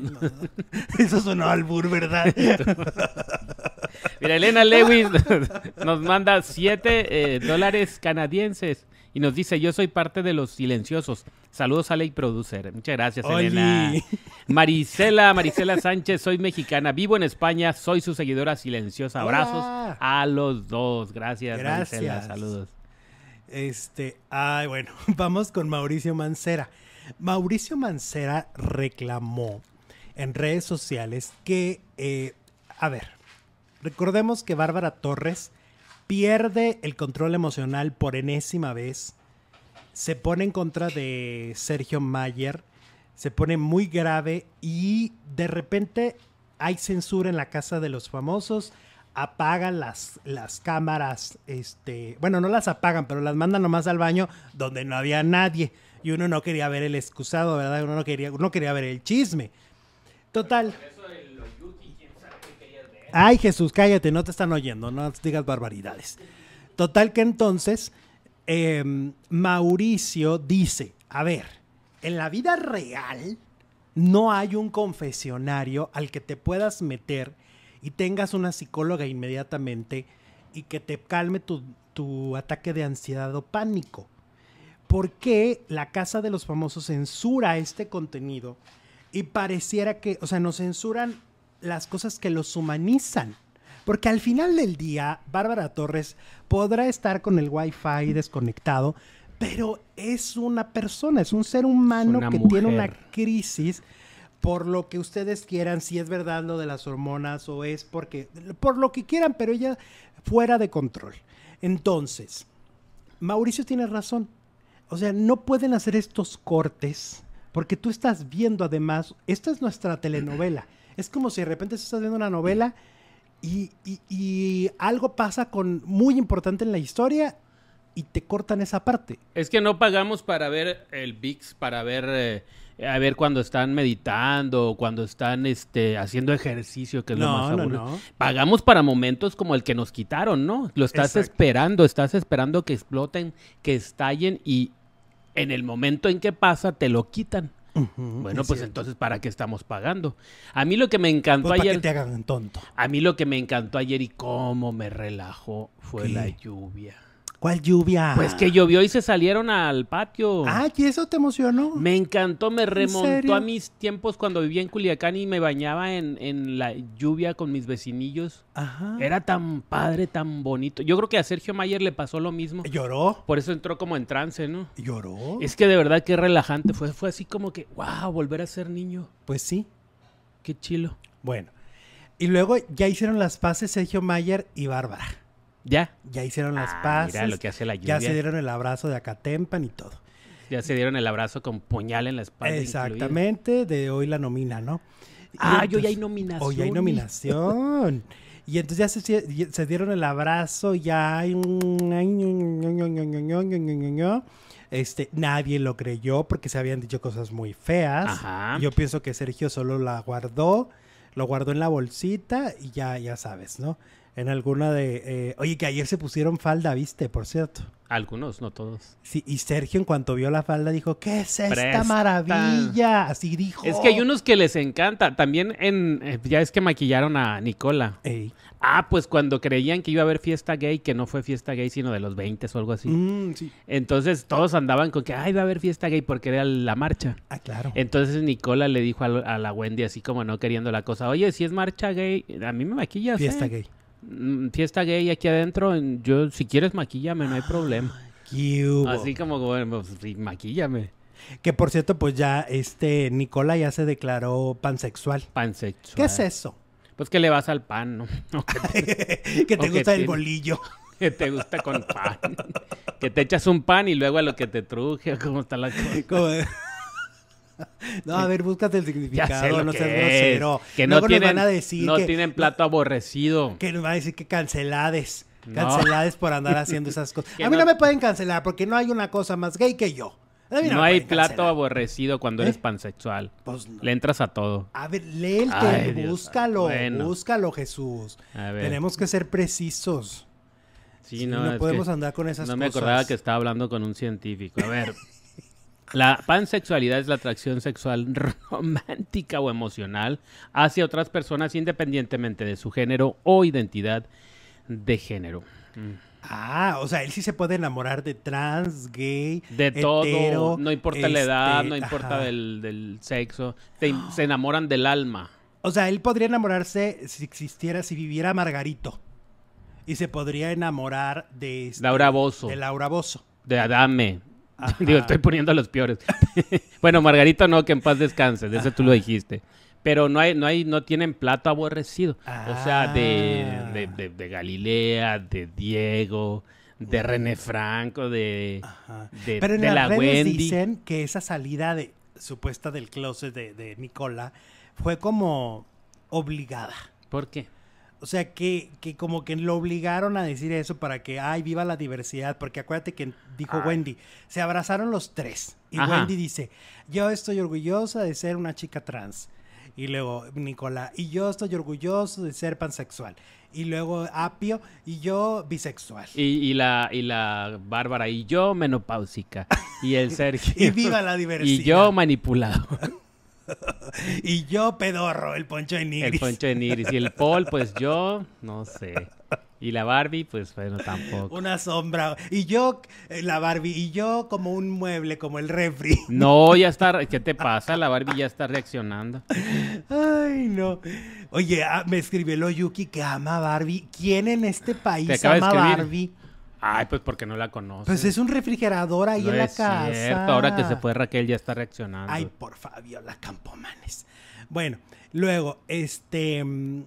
Speaker 1: Eso sonó albur, ¿verdad?
Speaker 2: Mira, Elena Lewis nos manda 7 dólares canadienses y nos dice, yo soy parte de los silenciosos. Saludos a Ley Producer. Muchas gracias,
Speaker 1: Oli.
Speaker 2: Elena. Marisela, Marisela Sánchez, soy mexicana, vivo en España, soy su seguidora silenciosa.
Speaker 1: Hola.
Speaker 2: Abrazos a los dos. Gracias, Marisela.
Speaker 1: Gracias.
Speaker 2: Saludos.
Speaker 1: Este, ay, bueno, vamos con Mauricio Mancera. Mauricio Mancera reclamó en redes sociales que, eh, a ver, recordemos que Bárbara Torres pierde el control emocional por enésima vez, se pone en contra de Sergio Mayer, se pone muy grave y de repente hay censura en la casa de los famosos, apagan las, las cámaras, este, bueno, no las apagan, pero las mandan nomás al baño donde no había nadie y uno no quería ver el excusado, ¿verdad? Uno no quería, uno quería ver el chisme. Total. Ay, Jesús, cállate, no te están oyendo, no digas barbaridades. Total que entonces em, Mauricio dice, a ver, en la vida real no hay un confesionario al que te puedas meter y tengas una psicóloga inmediatamente y que te calme tu, tu ataque de ansiedad o pánico. ¿Por qué la Casa de los Famosos censura este contenido y pareciera que, o sea, nos censuran las cosas que los humanizan? Porque al final del día, Bárbara Torres podrá estar con el Wi-Fi desconectado, pero es una persona, es un ser humano
Speaker 2: una
Speaker 1: que tiene una
Speaker 2: mujer.
Speaker 1: crisis por lo que ustedes quieran, si es verdad lo de las hormonas o es porque, por lo que quieran, pero ella fuera de control. Entonces, Mauricio tiene razón. O sea, no pueden hacer estos cortes porque tú estás viendo además, esta es nuestra telenovela. Es como si de repente estás viendo una novela y, y- y algo pasa con muy importante en la historia y te cortan esa parte.
Speaker 2: Es que no pagamos para ver el VIX, para ver, eh, a ver cuando están meditando, cuando están este, haciendo ejercicio, que es lo más aburrido. Pagamos para momentos como el que nos quitaron, ¿no? Lo estás
Speaker 1: Exacto.
Speaker 2: esperando, estás esperando que exploten, que estallen y en el momento en que pasa te lo quitan.
Speaker 1: Ujú,
Speaker 2: Bueno,
Speaker 1: Mm, es
Speaker 2: pues
Speaker 1: cierto.
Speaker 2: entonces, ¿para qué estamos pagando? A mí lo que me encantó
Speaker 1: Pues, para que
Speaker 2: ayer...
Speaker 1: te hagan tonto.
Speaker 2: A mí lo que me encantó ayer y cómo me relajó fue
Speaker 1: ¿Qué?
Speaker 2: la lluvia.
Speaker 1: ¿Cuál lluvia?
Speaker 2: Pues que llovió y se salieron al patio.
Speaker 1: Ay, ¿y eso te emocionó?
Speaker 2: Me encantó, me remontó
Speaker 1: serio?
Speaker 2: a mis tiempos cuando vivía en Culiacán y me bañaba en, en la lluvia con mis vecinillos.
Speaker 1: Ajá.
Speaker 2: Era tan padre, tan bonito. Yo creo que a Sergio Mayer le pasó lo mismo.
Speaker 1: ¿Lloró?
Speaker 2: Por eso entró como en trance, ¿no?
Speaker 1: ¿Lloró?
Speaker 2: Es que de verdad que relajante fue. Fue así como que, wow, volver a ser niño.
Speaker 1: Pues sí.
Speaker 2: Qué chilo.
Speaker 1: Bueno. Y luego ya hicieron las paces Sergio Mayer y Bárbara.
Speaker 2: Ya.
Speaker 1: Ya hicieron las
Speaker 2: Ah,
Speaker 1: paces.
Speaker 2: mira lo que hace la lluvia.
Speaker 1: ya se dieron el abrazo de Acatempan y todo.
Speaker 2: dieron el abrazo con puñal en la espalda. incluido.
Speaker 1: Exactamente, de hoy la nomina, ¿no? Y
Speaker 2: Ah, yo ya hay
Speaker 1: entonces-
Speaker 2: nominación.
Speaker 1: Hoy hay nominación. Y entonces ya se, sie- se dieron el abrazo, ya hay un- ay, ño, ño, ño, ño, ño, ño, ño, ño, ño, ño. Este, nadie lo creyó porque se habían dicho cosas muy feas.
Speaker 2: Ajá.
Speaker 1: Yo pienso que Sergio solo la guardó, lo guardó en la bolsita y ya, ya sabes, ¿no? En alguna de... eh, oye, que ayer se pusieron falda, viste, por cierto.
Speaker 2: Algunos, no todos.
Speaker 1: Sí, y Sergio en cuanto vio la falda dijo, ¿qué es esta
Speaker 2: Presta.
Speaker 1: maravilla? Así dijo.
Speaker 2: Es que hay unos que les encanta. También en. eh, ya es que maquillaron a Nicola.
Speaker 1: Ey.
Speaker 2: Ah, pues cuando creían que iba a haber fiesta gay, que no fue fiesta gay, sino de los 20 o algo así.
Speaker 1: Mm, sí.
Speaker 2: Entonces todos andaban con que, ay, va a haber fiesta gay porque era la marcha.
Speaker 1: Ah, claro.
Speaker 2: Entonces Nicola le dijo a, lo- a la Wendy, así como no queriendo la cosa, oye, si es marcha gay, a mí me maquillas.
Speaker 1: Fiesta
Speaker 2: eh.
Speaker 1: gay.
Speaker 2: Mm, Fiesta gay aquí adentro, en- yo si quieres maquíllame, no hay problema.
Speaker 1: ¿Qué Ah, hubo?
Speaker 2: Así como, bueno, pues, sí, maquíllame.
Speaker 1: Que por cierto, pues ya este Nicola ya se declaró pansexual.
Speaker 2: Pansexual.
Speaker 1: ¿Qué es eso?
Speaker 2: Pues que le vas al pan, ¿no? O que
Speaker 1: que te
Speaker 2: Ok,
Speaker 1: gusta
Speaker 2: tiene-
Speaker 1: el bolillo.
Speaker 2: que te gusta con pan. que te echas un pan y luego a lo que te truje, ¿cómo está la cosa?
Speaker 1: Como- No, a ver, búscate el
Speaker 2: Ya
Speaker 1: significado,
Speaker 2: sé lo
Speaker 1: no
Speaker 2: que
Speaker 1: seas
Speaker 2: es.
Speaker 1: grosero.
Speaker 2: Que no
Speaker 1: Luego
Speaker 2: tienen,
Speaker 1: nos van a decir
Speaker 2: no
Speaker 1: que,
Speaker 2: tienen plato aborrecido.
Speaker 1: que nos van a decir que cancelades.
Speaker 2: No.
Speaker 1: Cancelades por andar haciendo esas cosas.
Speaker 2: Que
Speaker 1: A mí no,
Speaker 2: no-
Speaker 1: me pueden cancelar porque no hay una cosa más gay que yo. A mí me
Speaker 2: no hay
Speaker 1: pueden
Speaker 2: plato
Speaker 1: cancelar.
Speaker 2: aborrecido cuando
Speaker 1: ¿Eh?
Speaker 2: eres pansexual.
Speaker 1: Pues no.
Speaker 2: Le entras a todo.
Speaker 1: A ver, lee el
Speaker 2: Ay,
Speaker 1: tema,
Speaker 2: Dios.
Speaker 1: búscalo,
Speaker 2: Bueno.
Speaker 1: búscalo, Jesús.
Speaker 2: A ver.
Speaker 1: Tenemos que ser precisos.
Speaker 2: Sí,
Speaker 1: Sí,
Speaker 2: no,
Speaker 1: no,
Speaker 2: es
Speaker 1: podemos
Speaker 2: que
Speaker 1: andar con esas
Speaker 2: No
Speaker 1: cosas.
Speaker 2: me acordaba que estaba hablando con un científico. A ver. La pansexualidad es la atracción sexual romántica o emocional hacia otras personas independientemente de su género o identidad de género.
Speaker 1: Ah, o sea, él sí se puede enamorar de trans, gay,
Speaker 2: De todo,
Speaker 1: hetero,
Speaker 2: no importa la edad,
Speaker 1: este,
Speaker 2: no importa
Speaker 1: ajá.
Speaker 2: del, del sexo, te- em, se enamoran del alma.
Speaker 1: O sea, él podría enamorarse si existiera, si viviera Margarito. Y se podría enamorar de... este,
Speaker 2: Laura Bozzo,
Speaker 1: De Laura Bozo.
Speaker 2: de Adame.
Speaker 1: Ajá.
Speaker 2: Digo, estoy poniendo los peores. bueno, Margarito no, que en paz descanse, de eso tú lo dijiste. Pero no hay, no hay, no tienen plato aborrecido. O sea, de,
Speaker 1: Ah.
Speaker 2: de, de- de Galilea, de Diego, de René Franco, de,
Speaker 1: Ajá.
Speaker 2: de,
Speaker 1: Ah. Pero en
Speaker 2: de
Speaker 1: las
Speaker 2: la
Speaker 1: redes
Speaker 2: Wendy.
Speaker 1: dicen que esa salida de supuesta del closet de, de Nicola fue como obligada.
Speaker 2: ¿Por qué?
Speaker 1: O sea, que, que como que lo obligaron a decir eso para que, ay, viva la diversidad, porque acuérdate que dijo
Speaker 2: Ay.
Speaker 1: Wendy, se abrazaron los tres. Y
Speaker 2: Ajá.
Speaker 1: Wendy dice, yo estoy orgullosa de ser una chica trans. Y luego Nicola, y yo estoy orgulloso de ser pansexual. Y luego Apio, y yo bisexual.
Speaker 2: Y, y la, y la Bárbara, y yo menopáusica. Y el Sergio.
Speaker 1: Y viva la diversidad.
Speaker 2: Y yo manipulado.
Speaker 1: Y yo pedorro, el poncho de
Speaker 2: El
Speaker 1: Nigris.
Speaker 2: Poncho de Nigris. Y el Paul, pues yo, no sé. Y la Barbie, pues bueno, tampoco.
Speaker 1: Una sombra. Y yo, eh, la Barbie, y yo como un mueble, como el refri.
Speaker 2: No, ya está. re- ¿Qué te pasa? La Barbie ya está reaccionando.
Speaker 1: Ay, no. Oye, ah, me escribió el Oyuki que ama a Barbie. ¿Quién en este
Speaker 2: Te
Speaker 1: país
Speaker 2: acaba de
Speaker 1: ama a
Speaker 2: escribir.
Speaker 1: Barbie?
Speaker 2: Ay, pues porque no la conoces.
Speaker 1: Pues es un refrigerador ahí
Speaker 2: No
Speaker 1: en la
Speaker 2: es
Speaker 1: casa.
Speaker 2: cierto, Ahora que se fue Raquel ya está reaccionando.
Speaker 1: Ay, por Fabiola Campomanes. Bueno, luego, este. mm,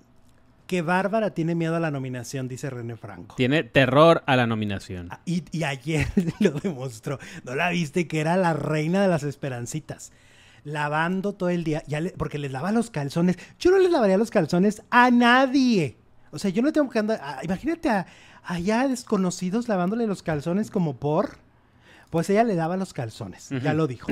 Speaker 1: Que Bárbara tiene miedo a la nominación, dice René Franco.
Speaker 2: Tiene terror a la nominación.
Speaker 1: Ah, Y, y ayer lo demostró. ¿No la viste que era la reina de las esperancitas? Lavando todo el día, ya le- porque les lava los calzones. Yo no les lavaría los calzones a nadie. O sea, yo no tengo que andar. ah, imagínate a, allá desconocidos lavándole los calzones como por. Pues ella le daba los calzones, ya lo dijo.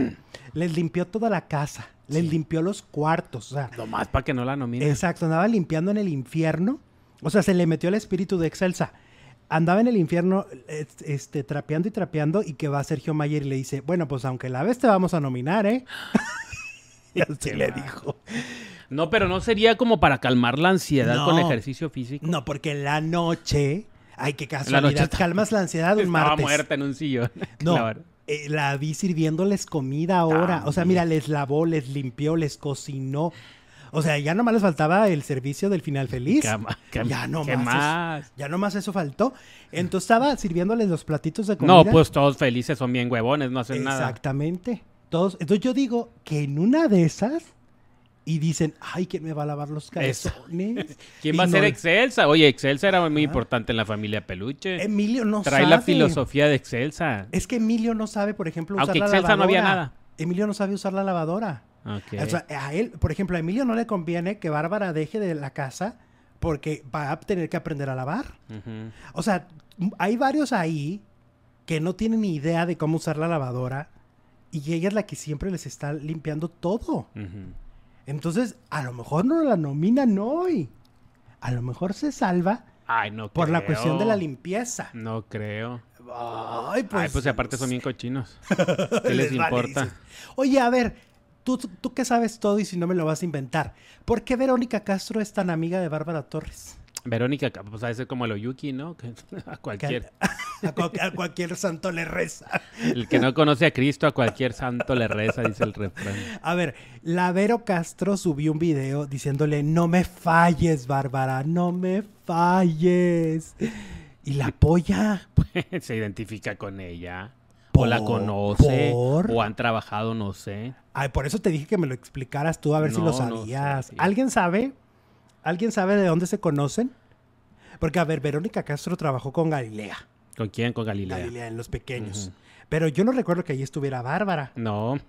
Speaker 1: Les limpió toda la casa, les limpió los cuartos. O sea,
Speaker 2: Nomás para que no la nominen.
Speaker 1: Exacto, andaba limpiando en el infierno. O sea, se le metió el espíritu de Excelsa. Andaba en el infierno es- este, trapeando y trapeando y que va Sergio Mayer y le dice, bueno, pues aunque la ves te vamos a nominar, ¿eh? y así
Speaker 2: Qué
Speaker 1: le
Speaker 2: mal.
Speaker 1: dijo.
Speaker 2: No, pero no sería como para calmar la ansiedad
Speaker 1: No.
Speaker 2: con ejercicio físico.
Speaker 1: No, porque en la noche... Ay, qué casualidad.
Speaker 2: noche está-
Speaker 1: calmas la ansiedad un
Speaker 2: Estaba
Speaker 1: martes.
Speaker 2: muerta en un sillón.
Speaker 1: No,
Speaker 2: La Ah, Barbie.
Speaker 1: eh, la vi sirviéndoles comida ahora. O sea,
Speaker 2: También.
Speaker 1: mira, les lavó, les limpió, les cocinó. O sea, ya nomás les faltaba el servicio del final feliz.
Speaker 2: Cama- cam-
Speaker 1: Ya no
Speaker 2: ¿Qué
Speaker 1: más, es-
Speaker 2: más?
Speaker 1: Ya nomás eso faltó. Entonces estaba sirviéndoles los platitos de comida.
Speaker 2: No, pues todos felices son bien huevones, no hacen nada.
Speaker 1: Exactamente. Todos. Entonces yo digo que en una de esas y dicen, ay, ¿quién me va a lavar los
Speaker 2: Eso.
Speaker 1: calzones?
Speaker 2: ¿Quién
Speaker 1: Y
Speaker 2: va a
Speaker 1: no-
Speaker 2: ser Excelsa? Oye, Excelsa era muy
Speaker 1: Ah.
Speaker 2: importante en la familia Peluche.
Speaker 1: Emilio no
Speaker 2: Trae
Speaker 1: sabe.
Speaker 2: la filosofía de Excelsa.
Speaker 1: Es que Emilio no sabe, por ejemplo, usar
Speaker 2: Aunque
Speaker 1: la
Speaker 2: Excelsa
Speaker 1: lavadora.
Speaker 2: no había nada.
Speaker 1: Emilio no sabe usar la lavadora.
Speaker 2: Ok.
Speaker 1: O sea, a él, por ejemplo, a Emilio no le conviene que Bárbara deje de la casa porque va a tener que aprender a lavar.
Speaker 2: Ujú.
Speaker 1: O sea, m- hay varios ahí que no tienen ni idea de cómo usar la lavadora y ella es la que siempre les está limpiando todo.
Speaker 2: Ujú.
Speaker 1: Entonces, a lo mejor no la nominan hoy. A lo mejor se salva
Speaker 2: Ay, no
Speaker 1: por la
Speaker 2: creo.
Speaker 1: cuestión de la limpieza.
Speaker 2: No creo.
Speaker 1: Ay, pues.
Speaker 2: Ay, pues y aparte
Speaker 1: no
Speaker 2: son
Speaker 1: sé.
Speaker 2: bien cochinos. ¿Qué les,
Speaker 1: Les vale,
Speaker 2: importa?
Speaker 1: dices. Oye, a ver, tú, tú que sabes todo y si no me lo vas a inventar, ¿por qué Verónica Castro es tan amiga de Bárbara Torres?
Speaker 2: Verónica, Campo, pues a veces como el Oyuki, ¿no? Que- A cualquier.
Speaker 1: A, cual- a cualquier santo le reza.
Speaker 2: El que no conoce a Cristo, a cualquier santo le reza, dice el refrán.
Speaker 1: A ver, la Vero Castro subió un video diciéndole, no me falles, Bárbara, no me falles. Y la polla.
Speaker 2: Se identifica con ella. O la
Speaker 1: Por-
Speaker 2: conoce.
Speaker 1: por-
Speaker 2: O han trabajado, no sé.
Speaker 1: Ay, por eso te dije que me lo explicaras tú, a ver si
Speaker 2: No,
Speaker 1: lo
Speaker 2: no
Speaker 1: sabías.
Speaker 2: sabía.
Speaker 1: ¿Alguien sabe? ¿Alguien sabe de dónde se conocen? Porque, a ver, Verónica Castro trabajó con Galilea.
Speaker 2: ¿Con quién? Con Galilea.
Speaker 1: Galilea en los pequeños.
Speaker 2: Ujú.
Speaker 1: Pero yo no recuerdo que allí estuviera Bárbara.
Speaker 2: No.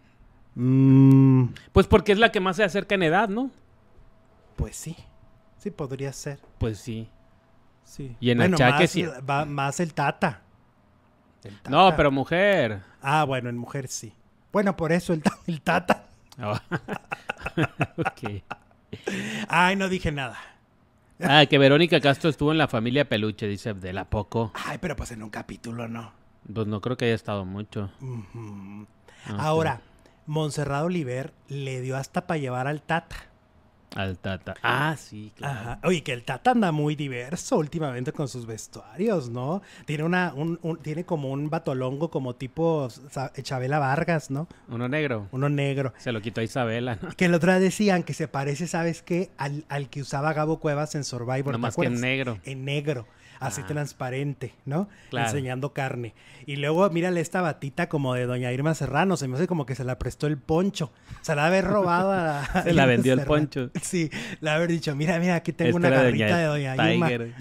Speaker 1: Mm,
Speaker 2: Pues porque es la que más se acerca en edad, ¿no?
Speaker 1: pues sí. Sí, podría ser.
Speaker 2: Pues sí.
Speaker 1: Sí.
Speaker 2: Y en achaque
Speaker 1: más,
Speaker 2: sí.
Speaker 1: va- más el tata. El Tata.
Speaker 2: No, pero mujer.
Speaker 1: Ah, bueno, en mujer sí. Bueno, por eso el, ta- el tata.
Speaker 2: Oh. ok.
Speaker 1: Ay, no dije nada.
Speaker 2: Ah, que Verónica Castro estuvo en la familia Peluche, dice Abdel. ¿A poco?
Speaker 1: Ay, pero pues en un capítulo, ¿no?
Speaker 2: Pues no creo que haya estado mucho.
Speaker 1: Ujú.
Speaker 2: Ah,
Speaker 1: Ahora, Monserrat Oliver le dio hasta para llevar al Tata.
Speaker 2: Al Tata. Ah, sí, claro.
Speaker 1: Ajá. Oye, que el Tata anda muy diverso últimamente con sus vestuarios, ¿no? Tiene una, un- un- tiene como un batolongo como tipo Sa- Chabela Vargas, ¿no?
Speaker 2: Uno negro.
Speaker 1: Uno negro.
Speaker 2: Se lo quitó a Isabela, ¿no?
Speaker 1: Que el otro día decían que se parece, ¿sabes qué? Al, al que usaba Gabo Cuevas en Survivor. ¿te
Speaker 2: Nada más que en
Speaker 1: acuerdas?
Speaker 2: negro.
Speaker 1: En negro, así
Speaker 2: Ah.
Speaker 1: transparente, ¿no?
Speaker 2: Claro.
Speaker 1: Enseñando carne. Y luego, mírale esta batita como de Doña Irma Serrano. Se me hace como que se la prestó el poncho. Se la ha de haber robado a la. a
Speaker 2: Se la
Speaker 1: Irma
Speaker 2: vendió el
Speaker 1: Serrano.
Speaker 2: poncho.
Speaker 1: Sí, le ha de haber dicho, mira, mira, aquí tengo
Speaker 2: Esta
Speaker 1: una
Speaker 2: era
Speaker 1: garrita de Doña Irma.
Speaker 2: Tiger.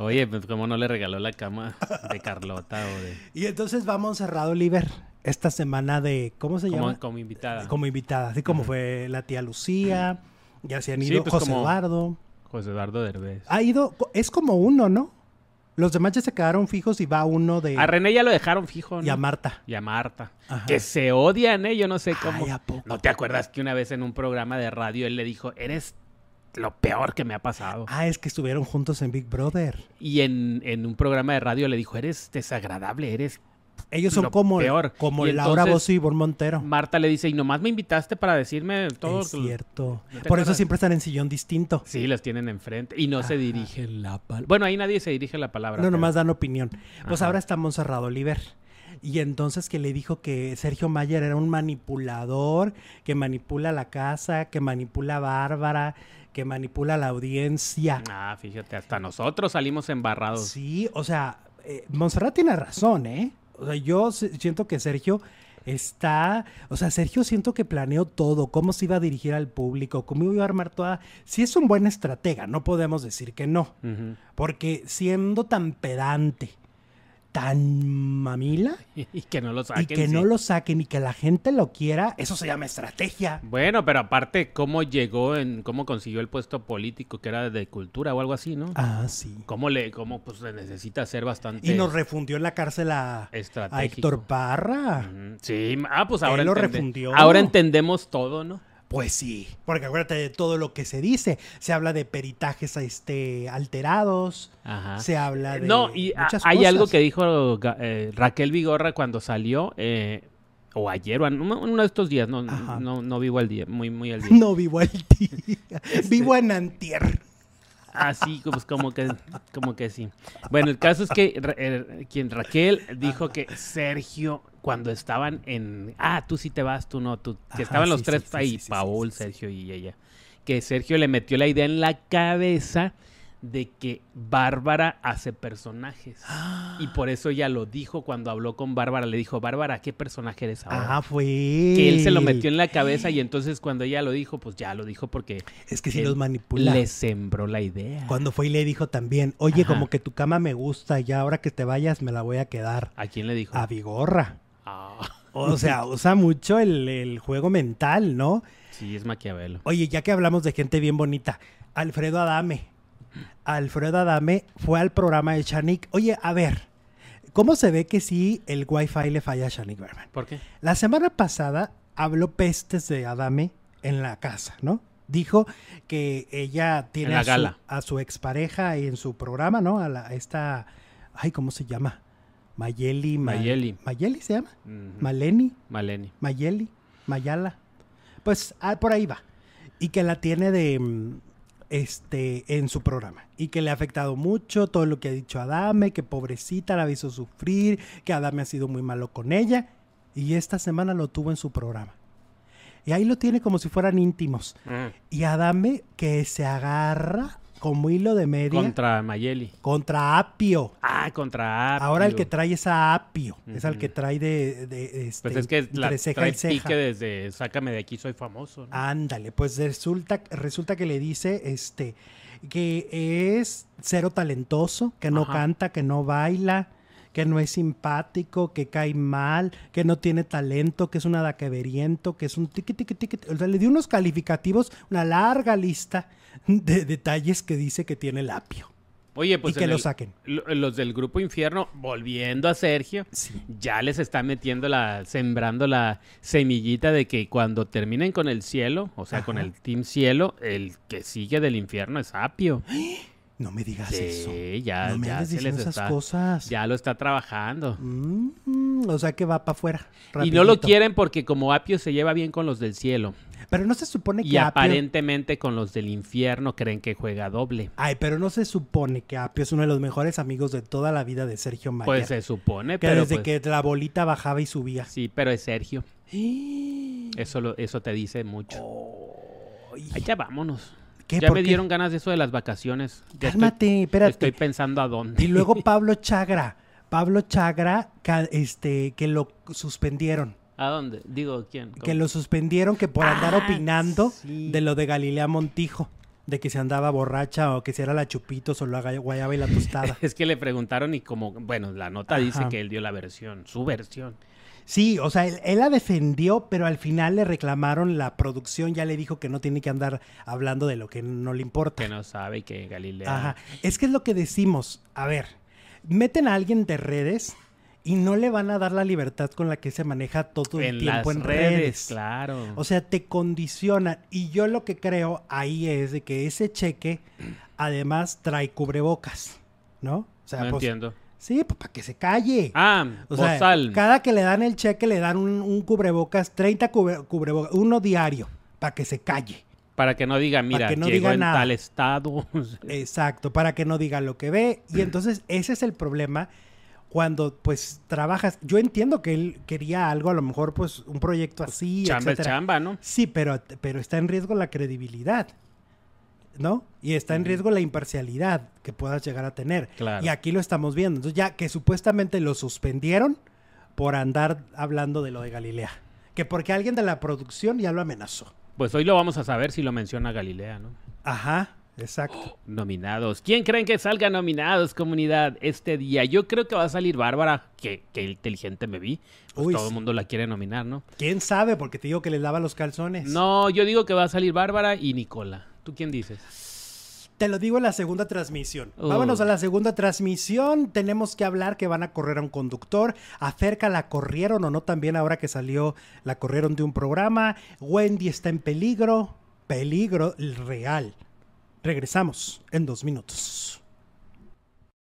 Speaker 2: Oye, pues cómo no le regaló la cama de Carlota o de...
Speaker 1: Y entonces va Monserrat Oliver esta semana de. ¿Cómo se
Speaker 2: Como,
Speaker 1: llama?
Speaker 2: como invitada.
Speaker 1: Como invitada. Así como fue la tía Lucía. Ya se han
Speaker 2: Sí,
Speaker 1: ido
Speaker 2: pues,
Speaker 1: José
Speaker 2: como-
Speaker 1: Eduardo.
Speaker 2: José Eduardo Derbez.
Speaker 1: Ha ido, co- es como uno, ¿no? Los demás ya se quedaron fijos y va uno de
Speaker 2: A René ya lo dejaron fijo, ¿no?
Speaker 1: y a Marta.
Speaker 2: Y a Marta.
Speaker 1: Ajá.
Speaker 2: Que se odian, ¿eh? Yo no sé cómo.
Speaker 1: Ay, ¿a poco?
Speaker 2: ¿No te acuerdas que una vez en un programa de radio él le dijo, eres lo peor que me ha pasado?
Speaker 1: Ah, es que estuvieron juntos en Big Brother.
Speaker 2: Y en, en un programa de radio le dijo, eres desagradable, eres...
Speaker 1: Ellos son
Speaker 2: Lo
Speaker 1: como,
Speaker 2: peor.
Speaker 1: como
Speaker 2: Y
Speaker 1: Laura
Speaker 2: entonces-
Speaker 1: Bozo y Ivonne Montero.
Speaker 2: Marta le dice, y nomás me invitaste para decirme todo...
Speaker 1: es cierto.
Speaker 2: ¿No te
Speaker 1: Por eso
Speaker 2: acuerdas?
Speaker 1: siempre están en sillón distinto.
Speaker 2: Sí, los tienen enfrente. Y no se
Speaker 1: Ajá.
Speaker 2: dirigen la palabra. Bueno, ahí nadie se dirige la palabra.
Speaker 1: Ah. No,
Speaker 2: pero-
Speaker 1: nomás dan opinión. Pues
Speaker 2: Ajá.
Speaker 1: ahora está Monserrat Oliver. Y entonces que le dijo que Sergio Mayer era un manipulador, que manipula la casa, que manipula a Bárbara, que manipula a la audiencia.
Speaker 2: Ah, fíjate, hasta nosotros salimos embarrados.
Speaker 1: Sí, o sea, eh, Montserrat tiene razón, ¿eh? O sea, yo se- siento que Sergio está, o sea, Sergio siento que planeó todo, cómo se iba a dirigir al público, cómo iba a armar toda... Sí es un buen estratega, no podemos decir que no,
Speaker 2: Ujú.
Speaker 1: porque siendo tan pedante, tan mamila,
Speaker 2: Y que no lo
Speaker 1: y
Speaker 2: saquen.
Speaker 1: que
Speaker 2: sí.
Speaker 1: no lo saquen y que la gente lo quiera, eso se llama estrategia.
Speaker 2: Bueno, pero aparte, ¿cómo llegó en, cómo consiguió el puesto político que era de cultura o algo así, ¿no?
Speaker 1: Ah, sí.
Speaker 2: ¿Cómo le, cómo pues se necesita ser bastante Ah,
Speaker 1: Y nos refundió en la cárcel a, a
Speaker 2: estratégico?
Speaker 1: Héctor Parra.
Speaker 2: Ujú. Sí, ah, pues ahora
Speaker 1: Él lo
Speaker 2: entende-
Speaker 1: refundió.
Speaker 2: Ahora entendemos todo, ¿no?
Speaker 1: Pues sí, porque acuérdate de todo lo que se dice. Se habla de peritajes este, alterados,
Speaker 2: Ajá.
Speaker 1: se habla de
Speaker 2: no, y a-
Speaker 1: muchas
Speaker 2: hay
Speaker 1: cosas.
Speaker 2: algo que dijo Ga- eh, Raquel Vigorra cuando salió, eh, o ayer, o an- uno, uno de estos días, no,
Speaker 1: Ajá.
Speaker 2: no, no vivo al día, muy, muy al día.
Speaker 1: No vivo el día,
Speaker 2: Este.
Speaker 1: vivo en antier.
Speaker 2: Así, pues como que, como que sí. Bueno, el caso es que Ra- eh, quien Raquel dijo que Sergio, cuando estaban en, ah, tú sí te vas, tú no, tú,
Speaker 1: Ajá,
Speaker 2: que estaban los
Speaker 1: sí,
Speaker 2: tres
Speaker 1: sí, sí,
Speaker 2: ahí,
Speaker 1: sí, sí, sí,
Speaker 2: Paul,
Speaker 1: sí, sí.
Speaker 2: Sergio y ella, que Sergio le metió la idea en la cabeza de que Bárbara hace personajes. Y por eso ella lo dijo cuando habló con Bárbara, le dijo, Bárbara, ¿qué personaje eres ahora?
Speaker 1: Ah, fue.
Speaker 2: Que él se lo metió en la cabeza y entonces cuando ella lo dijo, pues ya lo dijo porque
Speaker 1: Es que si
Speaker 2: él
Speaker 1: los manipula.
Speaker 2: le sembró la idea.
Speaker 1: Cuando fue y le dijo también, oye,
Speaker 2: Ajá.
Speaker 1: como que tu cama me gusta, ya ahora que te vayas me la voy a quedar.
Speaker 2: ¿A quién le dijo?
Speaker 1: A Vigorra.
Speaker 2: Ah,
Speaker 1: O sea, usa mucho el, el juego mental, ¿no?
Speaker 2: sí, es Maquiavelo.
Speaker 1: Oye, ya que hablamos de gente bien bonita, Alfredo Adame. Alfredo Adame fue al programa de Shanik. Oye, a ver, ¿cómo se ve que sí el Wi-Fi le falla a Shanik Berman?
Speaker 2: ¿Por qué?
Speaker 1: La semana pasada habló pestes de Adame en la casa, ¿no? Dijo que ella tiene
Speaker 2: En la
Speaker 1: a, su,
Speaker 2: gala.
Speaker 1: a su expareja en su programa, ¿no? A, la- a esta, ay, ¿cómo se llama? Mayeli. Ma-
Speaker 2: Mayeli.
Speaker 1: Mayeli se llama. Maleni.
Speaker 2: Maleni.
Speaker 1: Mayeli, Mayala. Pues ah, por ahí va. Y que la tiene de mm, este en su programa. Y que le ha afectado mucho todo lo que ha dicho Adame, que pobrecita la hizo sufrir, que Adame ha sido muy malo con ella. Y esta semana lo tuvo en su programa. Y ahí lo tiene como si fueran íntimos. Y Adame que se agarra como hilo de media contra,
Speaker 2: Contra Mayeli.
Speaker 1: Apio.
Speaker 2: Ah, contra Apio.
Speaker 1: Ahora el que trae es a Apio. Es al
Speaker 2: Ujú.
Speaker 1: que trae de, de- de, este,
Speaker 2: Pues es que la,
Speaker 1: entre ceja
Speaker 2: trae
Speaker 1: y ceja.
Speaker 2: pique desde Sácame de aquí, soy famoso. ¿no?
Speaker 1: Ándale, pues resulta, resulta que le dice este que es cero talentoso, que no
Speaker 2: Ajá.
Speaker 1: canta, que no baila, que no es simpático, que cae mal, que no tiene talento, que es un adaqueveriento, que es un tiqui tiqui tiqui. O sea, le dio unos calificativos, una larga lista de detalles que dice que tiene el apio.
Speaker 2: Oye, pues
Speaker 1: y que
Speaker 2: en
Speaker 1: lo
Speaker 2: el-
Speaker 1: saquen.
Speaker 2: lo- los del grupo Infierno, volviendo a Sergio,
Speaker 1: Sí.
Speaker 2: ya les está metiendo la, sembrando la semillita de que cuando terminen con el cielo, o sea, con
Speaker 1: Ajá.
Speaker 2: el Team Cielo, el que sigue del infierno es Apio.
Speaker 1: No me digas eso.
Speaker 2: Sí, ya,
Speaker 1: no me
Speaker 2: ya
Speaker 1: andes
Speaker 2: se
Speaker 1: diciendo
Speaker 2: les
Speaker 1: esas
Speaker 2: está,
Speaker 1: cosas.
Speaker 2: ya lo está trabajando.
Speaker 1: Mm, o sea que va para afuera.
Speaker 2: Y no lo
Speaker 1: rapidito.
Speaker 2: quieren porque como Apio se lleva bien con los del cielo
Speaker 1: Pero no se supone que
Speaker 2: y
Speaker 1: Apio-
Speaker 2: aparentemente con los del infierno creen que juega doble.
Speaker 1: Ay, pero no se supone que Apio es uno de los mejores amigos de toda la vida de Sergio Mayer.
Speaker 2: Pues se supone,
Speaker 1: que
Speaker 2: pero
Speaker 1: desde
Speaker 2: pues-
Speaker 1: que la bolita bajaba y subía.
Speaker 2: sí, pero es Sergio.
Speaker 1: ¡Eh!
Speaker 2: Eso lo- eso te dice mucho.
Speaker 1: Ay,
Speaker 2: Ay, ya vámonos.
Speaker 1: ¿qué?
Speaker 2: Ya
Speaker 1: ¿Por
Speaker 2: me
Speaker 1: qué?
Speaker 2: dieron ganas de eso de las vacaciones. Ya estoy-
Speaker 1: Cálmate, espérate.
Speaker 2: Estoy pensando a dónde.
Speaker 1: Y luego Pablo Chagra. Pablo Chagra, ca- este, que lo suspendieron.
Speaker 2: ¿A dónde? Digo, ¿quién?
Speaker 1: Que
Speaker 2: ¿Cómo?
Speaker 1: lo suspendieron que por andar
Speaker 2: Ah,
Speaker 1: opinando
Speaker 2: sí.
Speaker 1: de lo de Galilea Montijo. De que se andaba borracha o que si era la chupitos o la gall- guayaba y la tostada.
Speaker 2: Es que le preguntaron y como, bueno, la nota dice
Speaker 1: Ajá.
Speaker 2: que él dio la versión, su versión.
Speaker 1: Sí, o sea, él, él la defendió, pero al final le reclamaron la producción. Ya le dijo que no tiene que andar hablando de lo que no le importa.
Speaker 2: Que no sabe que Galilea...
Speaker 1: Ajá. Es que es lo que decimos. A ver, meten a alguien de redes y no le van a dar la libertad con la que se maneja todo el
Speaker 2: En las
Speaker 1: tiempo
Speaker 2: redes,
Speaker 1: en redes.
Speaker 2: claro.
Speaker 1: O sea, te condicionan. Y yo lo que creo ahí es de que ese cheque además trae cubrebocas, ¿no? O sea,
Speaker 2: no
Speaker 1: pues,
Speaker 2: entiendo.
Speaker 1: sí, pues para que se calle.
Speaker 2: Ah,
Speaker 1: O sea,
Speaker 2: Bozal.
Speaker 1: cada que le dan el cheque le dan un, un cubrebocas, 30 cubre- cubrebocas, uno diario, para que se calle.
Speaker 2: Para que no diga, mira,
Speaker 1: que no
Speaker 2: llegó
Speaker 1: diga
Speaker 2: en
Speaker 1: nada.
Speaker 2: tal estado.
Speaker 1: Exacto, para que no diga lo que ve.
Speaker 2: Mm.
Speaker 1: Y entonces ese es el problema cuando pues trabajas. Yo entiendo que él quería algo, a lo mejor pues un proyecto así,
Speaker 2: chamba es
Speaker 1: etcétera.
Speaker 2: chamba, ¿no?
Speaker 1: Sí, pero, pero está en riesgo la credibilidad, ¿no? Y está en riesgo la imparcialidad que puedas llegar a tener.
Speaker 2: Claro.
Speaker 1: Y aquí lo estamos viendo. Entonces ya que supuestamente lo suspendieron por andar hablando de lo de Galilea. Que porque alguien de la producción ya lo amenazó.
Speaker 2: Pues hoy lo vamos a saber si lo menciona Galilea, ¿no?
Speaker 1: Ajá, exacto.
Speaker 2: Nominados. ¿Quién creen que salga nominados, comunidad, este día? Yo creo que va a salir Bárbara, que, que inteligente me vi. Pues
Speaker 1: Uy,
Speaker 2: todo el
Speaker 1: sí.
Speaker 2: mundo la quiere nominar, ¿no?
Speaker 1: ¿Quién sabe? Porque te digo que les lava los calzones.
Speaker 2: No, yo digo que va a salir Bárbara y Nicola. ¿Tú quién dices?
Speaker 1: Te lo digo en la segunda transmisión.
Speaker 2: Uh.
Speaker 1: Vámonos a la segunda transmisión. Tenemos que hablar que van a correr a un conductor. Acerca la corrieron o no también ahora que salió la corrieron de un programa. Wendy está en peligro. Peligro real. Regresamos en dos minutos.